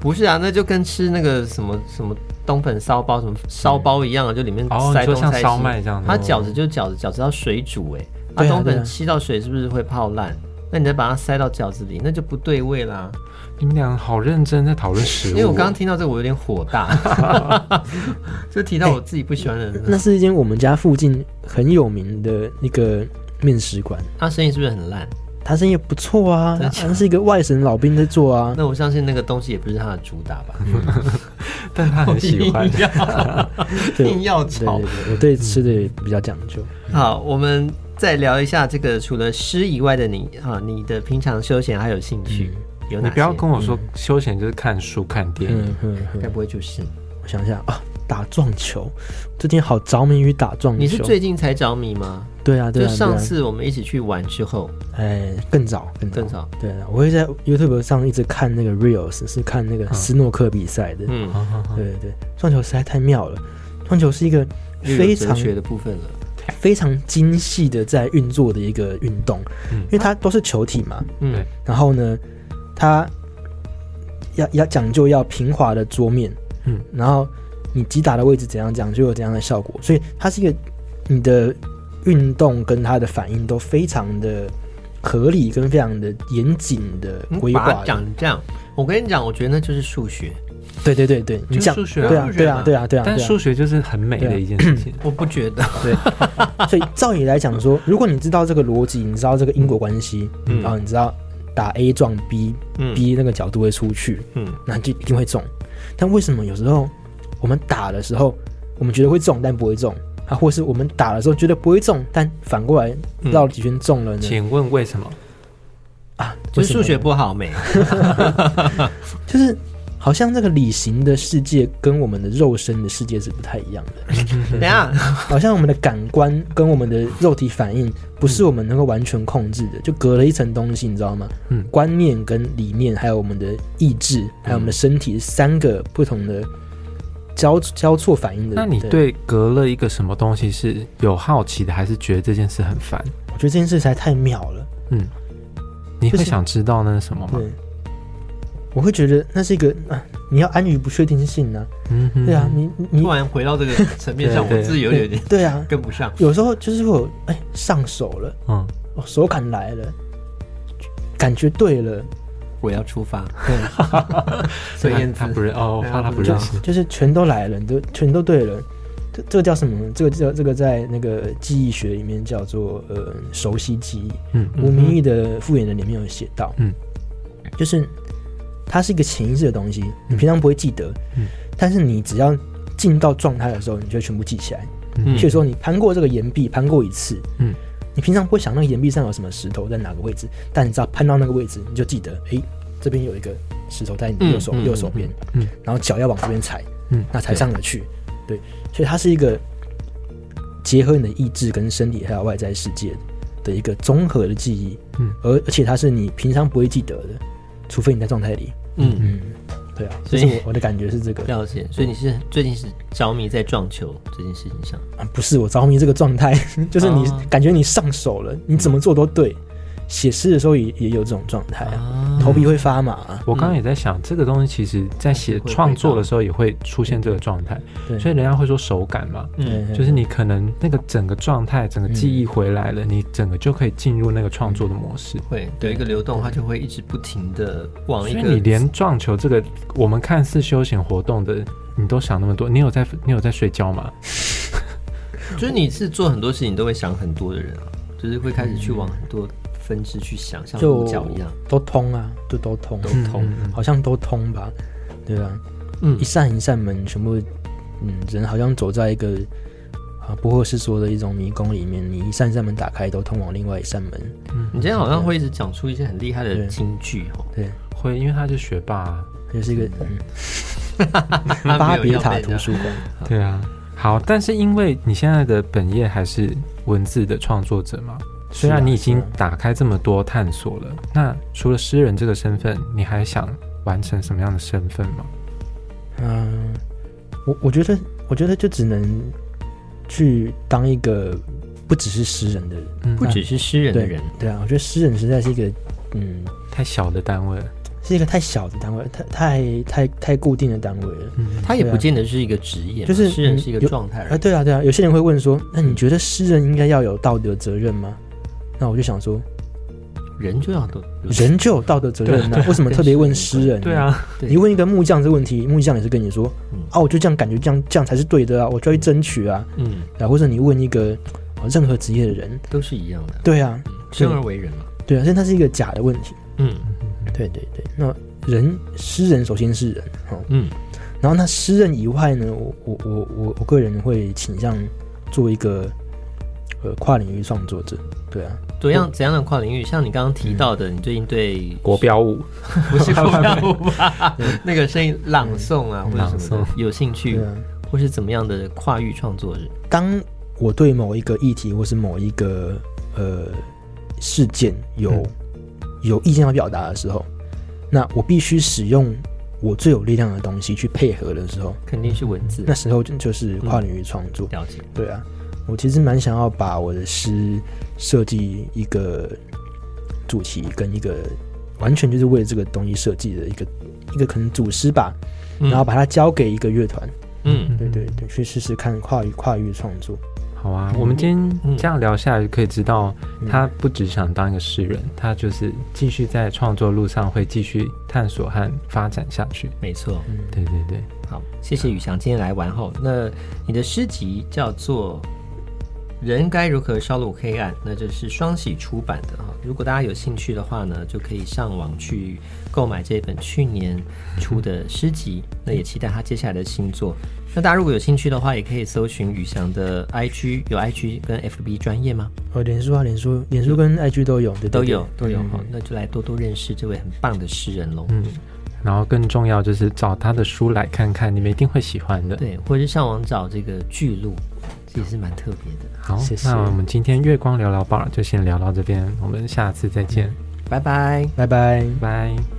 Speaker 2: 不是啊，那就跟吃那个什么什么冬粉烧包、什么烧包一样啊，就里面
Speaker 3: 哦，你
Speaker 2: 塞
Speaker 3: 说
Speaker 2: 东
Speaker 3: 像
Speaker 2: 塞西。
Speaker 3: 烧麦这样子，
Speaker 2: 它饺子就是饺子，饺子要水煮哎、
Speaker 1: 哦
Speaker 2: 它
Speaker 1: 对啊
Speaker 2: 冬
Speaker 1: 对
Speaker 2: 粉
Speaker 1: 啊
Speaker 2: 吸到水是不是会泡烂？那你再把它塞到饺子里，那就不对味啦。
Speaker 3: 你们俩好认真在讨论食物，
Speaker 2: 因为我刚刚听到这个，我有点火大， 就提到我自己不喜欢的人。
Speaker 1: 哎那是一间我们家附近很有名的那个面食馆，
Speaker 2: 他生意是不是很烂？
Speaker 1: 他生意不错啊，
Speaker 2: 真的假的
Speaker 1: 他是一个外省老兵在做啊。
Speaker 2: 那我相信那个东西也不是他的主打 吧？，
Speaker 3: 但他很喜 欢
Speaker 2: 要
Speaker 1: 对
Speaker 2: 硬要
Speaker 1: 对
Speaker 2: 炒
Speaker 1: 对。对，我对吃的也比较讲究。
Speaker 2: 好，我们再聊一下这个除了诗以外的你啊，你的平常休闲还有兴趣
Speaker 1: 嗯
Speaker 2: 有哪
Speaker 3: 你
Speaker 2: 些？
Speaker 3: 不要跟我说休闲就是看书看电影，
Speaker 1: 嗯嗯
Speaker 2: 该
Speaker 1: 嗯，
Speaker 2: 不会就是
Speaker 1: 我想一下啊，打撞球，最近好着迷于打撞球。
Speaker 2: 你是最近才着迷吗？
Speaker 1: 对啊对
Speaker 2: 就
Speaker 1: 啊对
Speaker 2: 上
Speaker 1: 啊，
Speaker 2: 次我们一起去玩之后，
Speaker 1: 哎，更早更早
Speaker 2: 更早，
Speaker 1: 对啊，我会在 YouTube 上一直看那个 reels，是看那个斯诺克比赛的。
Speaker 2: 嗯，
Speaker 3: 好好好
Speaker 1: 对对对，撞球实在太妙了，撞球是一个
Speaker 2: 又有
Speaker 1: 非
Speaker 2: 哲
Speaker 1: 常
Speaker 2: 学的部分了，
Speaker 1: 非常精细的在运作的一个运动，
Speaker 3: 嗯
Speaker 1: 因为它都是球体嘛，
Speaker 2: 嗯
Speaker 3: 对，
Speaker 1: 然后呢，它要要讲究要平滑的桌面，
Speaker 3: 嗯，
Speaker 1: 然后你击打的位置怎样讲就有怎样的效果，所以它是一个你的运动跟它的反应都非常的合理跟非常的严谨的
Speaker 3: 嗯
Speaker 1: 规
Speaker 2: 把它
Speaker 1: 划的。
Speaker 2: 讲这样，我跟你讲，我觉得那就是数学，
Speaker 1: 对对对对，你
Speaker 3: 就是
Speaker 1: 讲
Speaker 3: 数学啊
Speaker 1: 对啊
Speaker 2: 数学
Speaker 1: 对啊
Speaker 2: 嘛
Speaker 1: 对啊对啊，
Speaker 3: 但
Speaker 1: 对啊
Speaker 3: 数学就是很美的一件事情，
Speaker 2: 我不觉得，
Speaker 1: 所以照理来讲说，如果你知道这个逻辑，你知道这个因果关系，
Speaker 2: 嗯
Speaker 1: 然后你知道打 A 撞 B，
Speaker 2: 嗯
Speaker 1: B 那个角度会出去，
Speaker 2: 嗯，
Speaker 1: 那就一定会中。但为什么有时候我们打的时候，我们觉得会中但不会中啊，或是我们打的时候觉得不会中，但反过来
Speaker 2: 嗯
Speaker 1: 绕了几圈中了呢？
Speaker 3: 请问为什么？
Speaker 1: 啊，
Speaker 2: 就
Speaker 1: 为什
Speaker 2: 是数
Speaker 1: 么
Speaker 2: 学不好没，
Speaker 1: 就是好像这个理型的世界跟我们的肉身的世界是不太一样的，
Speaker 2: 等一下，
Speaker 1: 好像我们的感官跟我们的肉体反应不是我们能够完全控制的，就隔了一层东西，你知道吗？
Speaker 3: 嗯
Speaker 1: 观念跟理念，还有我们的意志，还有我们的身体，三个不同的交交错反应的。
Speaker 3: 那你对隔了一个什么东西是有好奇的，还是觉得这件事很烦？
Speaker 1: 我觉得这件事实在太妙了，
Speaker 3: 你
Speaker 1: 就
Speaker 3: 会
Speaker 1: 是
Speaker 3: 想知道那是什么吗
Speaker 1: 对？，我会觉得那是一个啊，你要安于不确定性呢、
Speaker 3: 嗯哼，
Speaker 1: 对啊，你你你
Speaker 2: 突然回到这个层面上，
Speaker 3: 对
Speaker 2: 我
Speaker 3: 对
Speaker 2: 自己有 点
Speaker 1: 对对啊，
Speaker 2: 跟不上，
Speaker 1: 有时候就是会有哎上手了，
Speaker 3: 嗯，
Speaker 1: 哦手感来了，感觉对了，
Speaker 2: 我要出发，
Speaker 1: 对，
Speaker 2: 所以
Speaker 3: 他
Speaker 2: 燕
Speaker 3: 他不
Speaker 2: 子，
Speaker 3: 认哦，我
Speaker 2: 对啊
Speaker 3: 怕他
Speaker 2: 不
Speaker 3: 不
Speaker 2: 知道
Speaker 3: 认识。
Speaker 1: 就是全都来了，你都全都对了。这这个叫什么呢？这个叫这个在那个记忆学里面叫做呃熟悉记忆。
Speaker 3: 嗯
Speaker 1: 吴明义的复眼人里面有写到，
Speaker 3: 嗯，
Speaker 1: 就是它是一个潜意识的东西，你平常不会记得，
Speaker 3: 嗯，
Speaker 1: 但是你只要进到状态的时候，你就会全部记起来。
Speaker 3: 嗯
Speaker 1: 譬如说，你攀过这个岩壁，攀过一次，
Speaker 3: 嗯，
Speaker 1: 你平常不会想那个岩壁上有什么石头在哪个位置，但你只要攀到那个位置，你就记得，诶，这边有一个石头在你的右手、
Speaker 2: 嗯嗯
Speaker 1: 右手边，
Speaker 3: 嗯嗯
Speaker 1: 然后脚要往这边踩，
Speaker 3: 嗯
Speaker 1: 那才上得去，对，所以它是一个结合你的意志跟身体还有外在世界的一个综合的记忆，
Speaker 3: 嗯，
Speaker 1: 而而且它是你平常不会记得的，除非你在状态里，
Speaker 2: 嗯，
Speaker 1: 嗯，对啊，所
Speaker 2: 所以
Speaker 1: 以我我的感觉是这个
Speaker 2: 了解，所以你是最近是着迷在撞球这件事情上，
Speaker 1: 啊，不是我着迷这个状态， 就是你
Speaker 2: 哦
Speaker 1: 感觉你上手了，你怎么做都对。写诗的时候也也有这种状态啊，
Speaker 2: 啊
Speaker 1: 头皮会发麻。啊
Speaker 3: 我刚刚也在想，这个东西其实在写
Speaker 2: 会
Speaker 3: 创作的时候也会出现这个状态，
Speaker 1: 对，
Speaker 3: 所以人家会说手感嘛，
Speaker 2: 嗯，
Speaker 1: 对
Speaker 3: 就是你可能那个整个状态、整个记忆回来了，你整个就可以进入那个创作的模式。
Speaker 2: 会有一个流动，它就会一直不停的往
Speaker 3: 所
Speaker 2: 一
Speaker 3: 以
Speaker 2: 个
Speaker 3: 你连撞球这个我们看似休闲活动的，你都想那么多，你有在你有在睡觉吗？
Speaker 2: 就是你是做很多事情都会想很多的人啊，就是会开始去往很多分支去想，像
Speaker 1: 就
Speaker 2: 五角一样。
Speaker 1: 都通啊，就都通，
Speaker 2: 都
Speaker 3: 嗯
Speaker 2: 通
Speaker 3: 嗯
Speaker 1: 好像都通吧，对啊，
Speaker 3: 嗯
Speaker 1: 一扇一扇门全部，嗯，人好像走在一个啊不或是说的一种迷宫里面，你一扇一扇门打开，都通往另外一扇门。
Speaker 3: 嗯
Speaker 2: 你今天好像会一直讲出一些很厉害的
Speaker 1: 对
Speaker 2: 金句哦，
Speaker 1: 对，
Speaker 3: 会，因为他是学霸、啊。
Speaker 1: 就是一个、嗯、
Speaker 2: 他
Speaker 1: 巴
Speaker 2: 没有
Speaker 1: 别
Speaker 2: 要被
Speaker 1: 塔
Speaker 2: 人
Speaker 1: 图
Speaker 2: 家
Speaker 1: 书馆。
Speaker 3: 对啊，好，但是因为你现在的本业还是文字的创作者嘛，虽然你已经
Speaker 1: 是啊
Speaker 3: 打开这么多探索了，那除了诗人这个身份，你还想完成什么样的身份吗？
Speaker 1: 嗯，我我觉得，我觉得就只能去当一个不只是诗人的人，
Speaker 3: 嗯，
Speaker 2: 不只是诗人的人，
Speaker 1: 对啊，我觉得诗人实在是一个，嗯，
Speaker 3: 太小的单位了，
Speaker 1: 是一个太小的单位，太太太太固定的单位了。
Speaker 3: 嗯，
Speaker 2: 他也
Speaker 1: 对啊
Speaker 2: 不见得是一个职业嘛，
Speaker 1: 就是
Speaker 2: 诗人是呃一
Speaker 1: 嗯
Speaker 2: 个
Speaker 1: 有
Speaker 2: 状态而已
Speaker 1: 啊，对啊，对啊，有些人会问说，那你觉得诗人应该要有道德责任吗？那我就想说，
Speaker 2: 人就要都
Speaker 1: 人就有道德责任呢、啊为什么特别问诗人？
Speaker 3: 啊对，啊，
Speaker 2: 对
Speaker 1: 你问一个木匠这问题，木匠也是跟你说
Speaker 2: 嗯，
Speaker 1: 啊，我就这样感觉，这样这样才是对的啊，我就要去争取啊，
Speaker 2: 嗯
Speaker 1: 啊，或者你问一个、啊任何职业的人，
Speaker 2: 都是一样的，
Speaker 1: 对啊，
Speaker 2: 嗯生而为人嘛，
Speaker 1: 对啊，所以它是一个假的问题。
Speaker 2: 嗯
Speaker 1: 对对对，那人诗人首先是人哦，
Speaker 2: 嗯，
Speaker 1: 然后那诗人以外呢，我我我我我个人会倾向做一个呃跨领域创作者，对啊，
Speaker 2: 怎样怎样的跨领域？像你刚刚提到的，你最近对
Speaker 3: 国标舞，
Speaker 2: 不是国标舞吧？ 那个声音朗诵啊，或者什么
Speaker 3: 朗
Speaker 2: 的有兴趣
Speaker 1: 对，啊。
Speaker 2: 或是怎么样的跨域创作者？
Speaker 1: 当我对某一个议题或是某一个呃事件有、
Speaker 3: 嗯
Speaker 1: 有意见要表达的时候，那我必须使用我最有力量的东西去配合的时候，
Speaker 2: 肯定是文字
Speaker 1: 那时候就就是跨领域创作。
Speaker 2: 了解，
Speaker 1: 对啊，我其实蛮想要把我的诗设计一个主题跟一个完全就是为了这个东西设计的一个一个可能组诗吧，
Speaker 2: 嗯
Speaker 1: 然后把它交给一个乐团，
Speaker 2: 嗯，
Speaker 1: 对对对，去试试看跨域跨域创作。
Speaker 3: 好啊，我们今天这样聊下来，就可以知道
Speaker 1: 嗯
Speaker 3: 他不只想当一个诗人，他就是继续在创作路上会继续探索和发展下去。
Speaker 2: 没错。
Speaker 1: 嗯，
Speaker 3: 对对对，
Speaker 2: 好，谢谢宇翔今天来玩后，那你的诗集叫做《人该如何烧入黑暗》，那这是双喜出版的哈。如果大家有兴趣的话呢，就可以上网去购买这本去年出的诗集。那也期待他接下来的新作。那大家如果有兴趣的话，也可以搜寻宇翔的 IG，有 IG 跟 FB 专业吗？
Speaker 1: 哦，脸书啊，脸书，脸书跟 IG 都有，对对
Speaker 2: 都有，都
Speaker 1: 对
Speaker 2: 有
Speaker 1: 嗯
Speaker 2: 哈。那就来多多认识这位很棒的诗人喽。
Speaker 3: 嗯，然后更重要就是找他的书来看看，你们一定会喜欢的。
Speaker 2: 对，或者是上网找这个巨鹿，这也是蛮特别的。
Speaker 3: 好，
Speaker 1: 谢谢
Speaker 3: 那我们今天月
Speaker 1: 嗯
Speaker 3: 光聊聊吧就先聊到这边，我们下次再见，
Speaker 2: 拜拜。
Speaker 1: 拜拜。
Speaker 3: 拜拜。